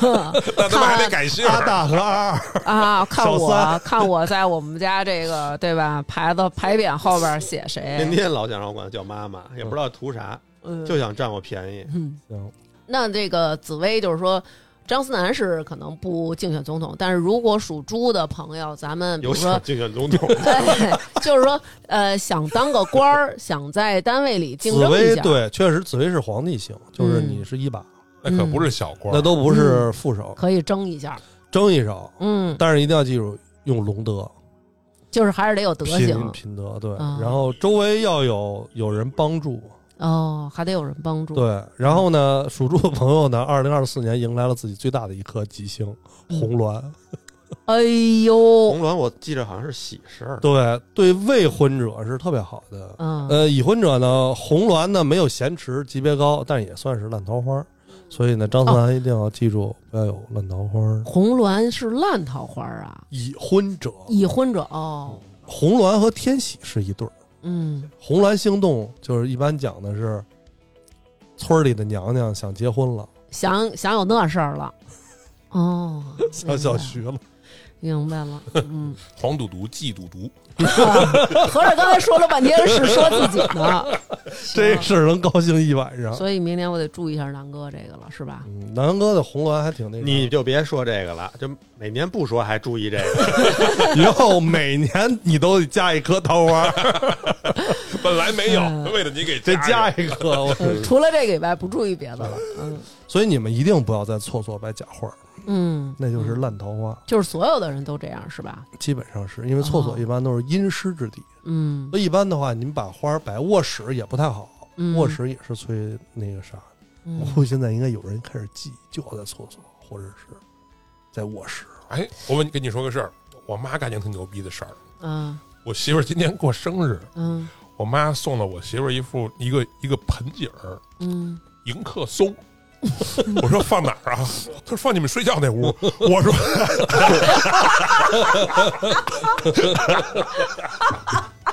那他妈还得改姓儿
阿大和阿二，
啊，看
小
我
三
看我在我们家这个对吧牌子牌匾后边写
天
谁？
天老想让我管他叫妈妈，也不知道图啥，
哎嗯
就想占我便宜。
嗯
行，
那这个紫薇就是说。张思楠是可能不竞选总统，但是如果属猪的朋友，咱们比
有
如说
想竞选总统，
[laughs] 哎，就是说，呃，想当个官儿，想在单位里竞
紫
争一
薇
下，
对，确实紫薇是皇帝星，就是
嗯
你是一把，
那可不是小官儿，
那都不是副手，
可以争一下。
争一手，
嗯，
但是一定要记住用隆德，
就是还是得有德
品
行
品德对，
啊
然后周围要有有人帮助，
哦，还得有人帮助。
对，然后呢，属猪的朋友呢，二零二四年迎来了自己最大的一颗吉星
嗯
红鸾，
哎呦，
红鸾我记着好像是喜事儿，
对对，未婚者是特别好的。
嗯，
呃，已婚者呢，红鸾呢没有咸池，级别高，但也算是烂桃花，所以呢，张思楠一定要记住，不要有烂桃花。
红鸾是烂桃花啊，
已婚者，
已婚者哦，
红鸾和天喜是一对儿。
嗯
红鸾星动就是一般讲的是，村儿里的娘娘想结婚了，
想想有那事儿了，哦，
想 [laughs] 小徐了，
明白了，嗯，
黄赌毒、季赌毒，
[laughs] 合着刚才说了半天是说自己
[laughs]
呢，
这事儿能高兴一晚上
行。所以明年我得注意一下南哥这个了，是吧？
嗯，南哥的红鸾还挺那
嗯
啥，
你就别说这个了，就每年不说还注意这 [laughs] 个，
以后每年你都得加一颗桃花，
本来没有
嗯，
为了你给
得加
加
一
[laughs]
颗。我
嗯，除了这个以外，不注意别的了，嗯
所以你们一定不要再错错拜假花，
嗯，
那就是烂桃花。
就是所有的人都这样是吧？
基本上是因为厕所
哦
一般都是阴湿之地，
嗯
所以一般的话，您把花摆卧室也不太好，
嗯
卧室也是催那个啥。我
嗯
估计现在应该有人开始记，就要在厕所或者是在卧室。
哎，我问跟你说个事儿，我妈干件挺牛逼的事儿。
嗯
我媳妇儿今年过生日，
嗯
我妈送了我媳妇儿一副一个一个盆景儿
嗯，
迎客松。 [laughs] 我说放哪儿啊？她说放你们睡觉那屋。我说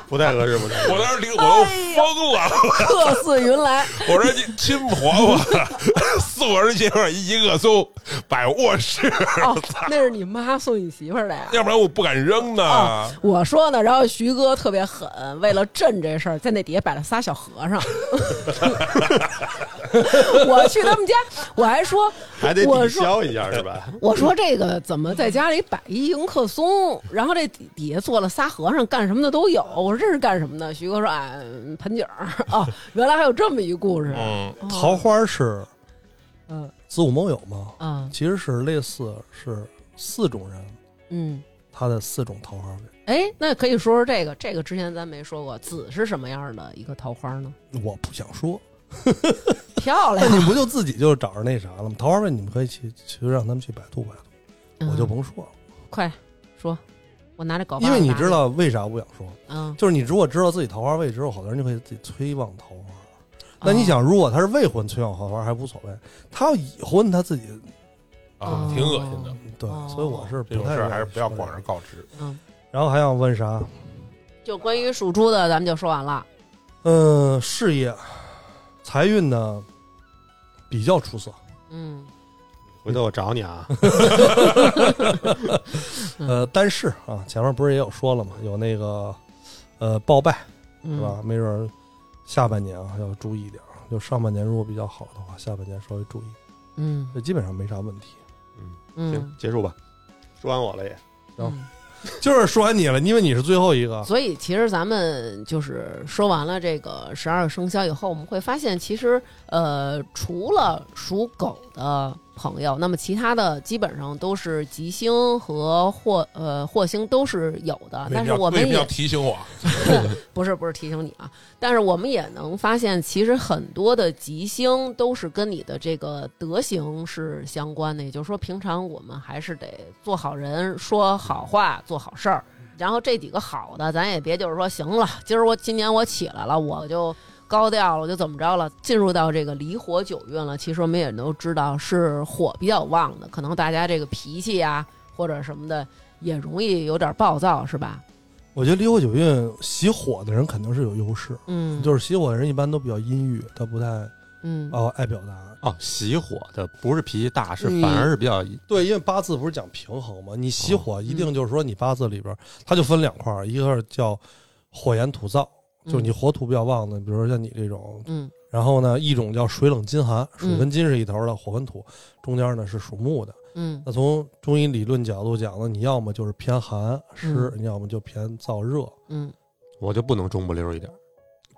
不太合适，不太
我
合适。
当时
哎
领我都疯了。
[laughs] 客似云来，
我说你亲婆婆送儿媳妇儿一个松摆卧室，
哦，那是你妈送你媳妇儿的呀。
要不然我不敢扔呢。
我说呢，然后徐哥特别狠，为了镇这事儿，在那底下摆了仨小和
[laughs]
尚。我去他们家，我还说，
[laughs] 还得
我
抵
说，
消一下是吧？
我说这个怎么在家里摆一迎客松，然后这底底下坐了仨和尚，干什么的都有。我说这是干什么的？徐哥说，哎，盆景儿
[laughs]
哦，原来还有这么一故事。
嗯，
桃花是
嗯
子午卯酉嘛，
嗯
其实是类似是四种人
嗯，
他的四种桃花位。
哎，那可以说说这个，这个之前咱没说过，紫是什么样的一个桃花呢？
我不想
[laughs]
说，
漂
那
亮，
你不就自己就找着那啥了吗？桃花位你们可以去，其实让他们去百度百度，我就
嗯
甭说了，
快说，我拿这镐把。
因为你知，道为啥不想说，
嗯，
就是你如果知道自己桃花位之后，好多人就可以自己催旺桃花。
哦
那
嗯
你想，如果他是未婚催旺桃花还无所谓，他要已婚他自己
啊，挺恶心的。
对
哦，
所以我是
这
不
种
太
事
愿
儿
意
还是不要
说
广
这
而
个
告之。
嗯，
然后还想问啥？
就关于属猪的，咱们就说完了。
嗯，事业、财运呢比较出色。
嗯
回头我找你 [laughs] 啊，
嗯
呃，但是啊，前面不是也有说了嘛，有那个呃报败
嗯，
是吧？没准儿下半年啊要注意一点儿，就上半年如果比较好的话，下半年稍微注意，
嗯
这基本上没啥问题。
嗯，行
嗯，，
结束吧，说完我了也，
行 [laughs] 就是说完你了，因为你是最后一个。
所以其实咱们就是说完了这个十二个生肖以后，我们会发现，其实呃，除了属狗的朋友，那么其他的基本上都是吉星和祸呃祸星都是有的，啊但是
为
我们
什么要
也
提醒我，啊
不是不是提醒你啊，但是我们也能发现，其实很多的吉星都是跟你的这个德行是相关的。也就是说，平常我们还是得做好人，说好话，做好事儿。然后这几个好的，咱也别就是说行了，今儿我今年我起来了，我就高调了，我就怎么着了，进入到这个离火九运了。其实我们也都知道是火比较旺的，可能大家这个脾气呀、或者什么的也容易有点暴躁，是吧？
我觉得离火九运喜火的人肯定是有优势，
嗯，
就是喜火的人一般都比较阴郁，他不太
嗯
哦爱表达。
哦，熄火的不是脾气大，是
嗯
反而是比较
对，因为八字不是讲平衡吗？你喜火一定就是说你八字里边儿，它就分两块儿，一个是叫火炎土燥，就是你火土比较旺的，比如说像你这种，
嗯
然后呢，一种叫水冷金寒，水
嗯
跟金是一头的，火跟土中间呢是属木的。
嗯
那从中医理论角度讲呢，你要么就是偏寒湿，你要么就偏燥热。
嗯，
我就不能中不溜一点，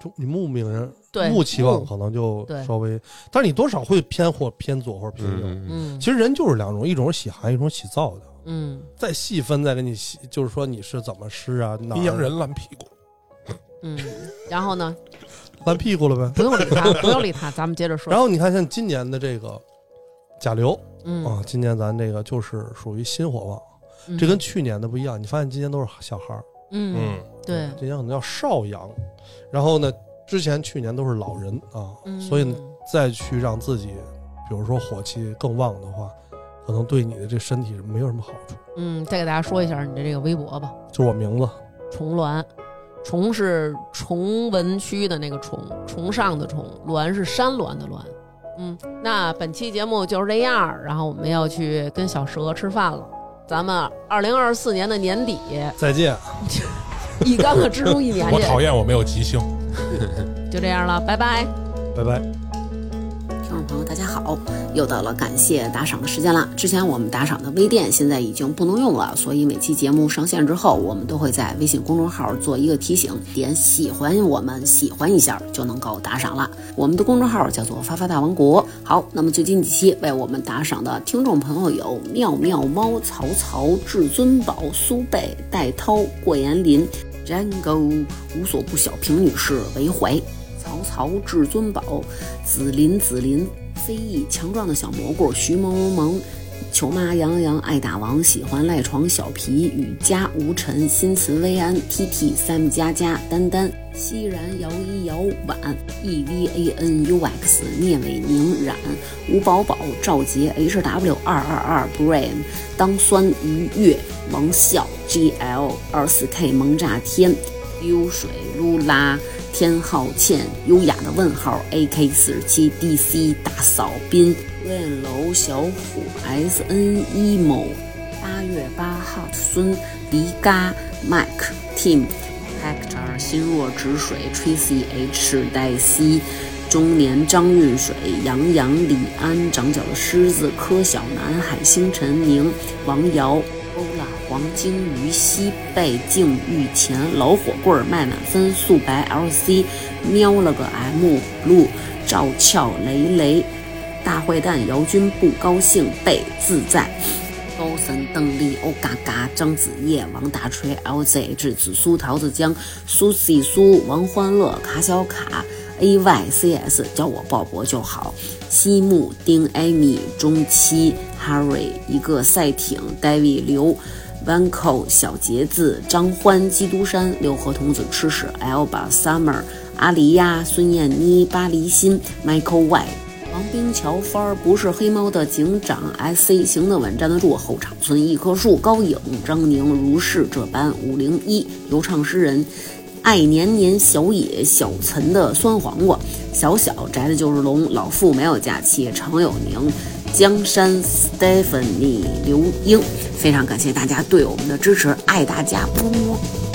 中你木命人
对，
木气旺
木
可能就
对
稍微，但是你多少会偏或偏左或者偏右。
嗯，
嗯，
其实人就是两种，一种是喜寒，一种是喜燥的。
嗯
再细分再给你细，就是说你是怎么湿啊？哪儿
阴阳人烂屁股，
嗯，然后呢，
烂屁股了
[laughs]
呗。
不用理他，不用理他，咱们接着说。
然后你看，像今年的这个甲流
嗯
啊，，今年咱这个就是属于心火旺，
嗯
这跟去年的不一样。你发现今年都是小孩儿，
嗯
嗯，
对，
今年可能叫少阳，然后呢，之前去年都是老人啊，
嗯
所以呢再去让自己，比如说火气更旺的话，可能对你的这身体是没有什么好处。
嗯，再给大家说一下你的这个微博吧，
就我名字，
重峦。崇是崇文区的那个崇，崇尚的崇；峦是山峦的峦。嗯，那本期节目就是这样儿，然后我们要去跟小蛇吃饭了。咱们二零二四年的年底，
再见。啊
一竿子支出一
嗯
年
我讨
去，
厌我没有吉星。
就这样了，拜拜。
拜拜。
听众朋友，大家好，又到了感谢打赏的时间啦。之前我们打赏的微店现在已经不能用了，所以每期节目上线之后，我们都会在微信公众号做一个提醒，点喜欢我们喜欢一下就能够打赏了。我们的公众号叫做发发大王国。好，那么最近几期为我们打赏的听众朋友有妙妙猫、曹操、至尊宝、苏贝、戴涛、过眼林、Django、无所不晓、平女士、韦怀、曹操、至尊宝、紫林、紫林、飞翼、强壮的小蘑菇、徐萌萌萌、球妈、杨洋洋、爱打王、喜欢赖床、小皮、雨佳、吴晨、新慈、薇安、T T、Sam 佳佳、丹丹、熙然、姚一、姚婉、E V A N U X、聂伟宁、冉、吴宝宝、赵杰、H W 二二二、Brain、当酸、愉悦、王笑、G L 二四 K、萌炸天、溜水、噜啦、天浩倩、优雅的问号、AK 四十七、DC 大嫂斌、任楼小虎、SN emo、八月八号孙、黎嘎、Mike、Tim、Hector 心若止水、Tracy H 黛西。中年张运水、杨洋、李安、长角的狮子、柯小南、海星、陈明、王瑶、欧拉、黄金鱼、西贝、静玉前、老火棍儿、麦满分、素白、LC、喵了个 M、路、赵俏、雷雷、大坏蛋、姚军不高兴、贝自在。高森、邓丽、欧嘎嘎、张子叶、王大锤、LZH、紫苏、桃子江、苏西苏、王欢乐、卡小卡、AYCS，叫我鲍勃就好。西木、丁、艾米、中期、Harry、一个赛艇、David 刘、Vanco、小杰子、张欢、基督山、六合童子、吃屎、Elba、Summer、阿狸呀、孙燕妮、巴黎心、Michael Y。王王冰乔帆儿不是黑猫的警长 S C 行得稳站得住，后场村一棵树，高颖张宁如是这般，五零一游唱诗人。爱年年小野小岑的酸黄瓜，小小宅的就是龙，老傅没有假期，常有宁，江山 Stephanie 刘英，非常感谢大家对我们的支持，爱大家，么么。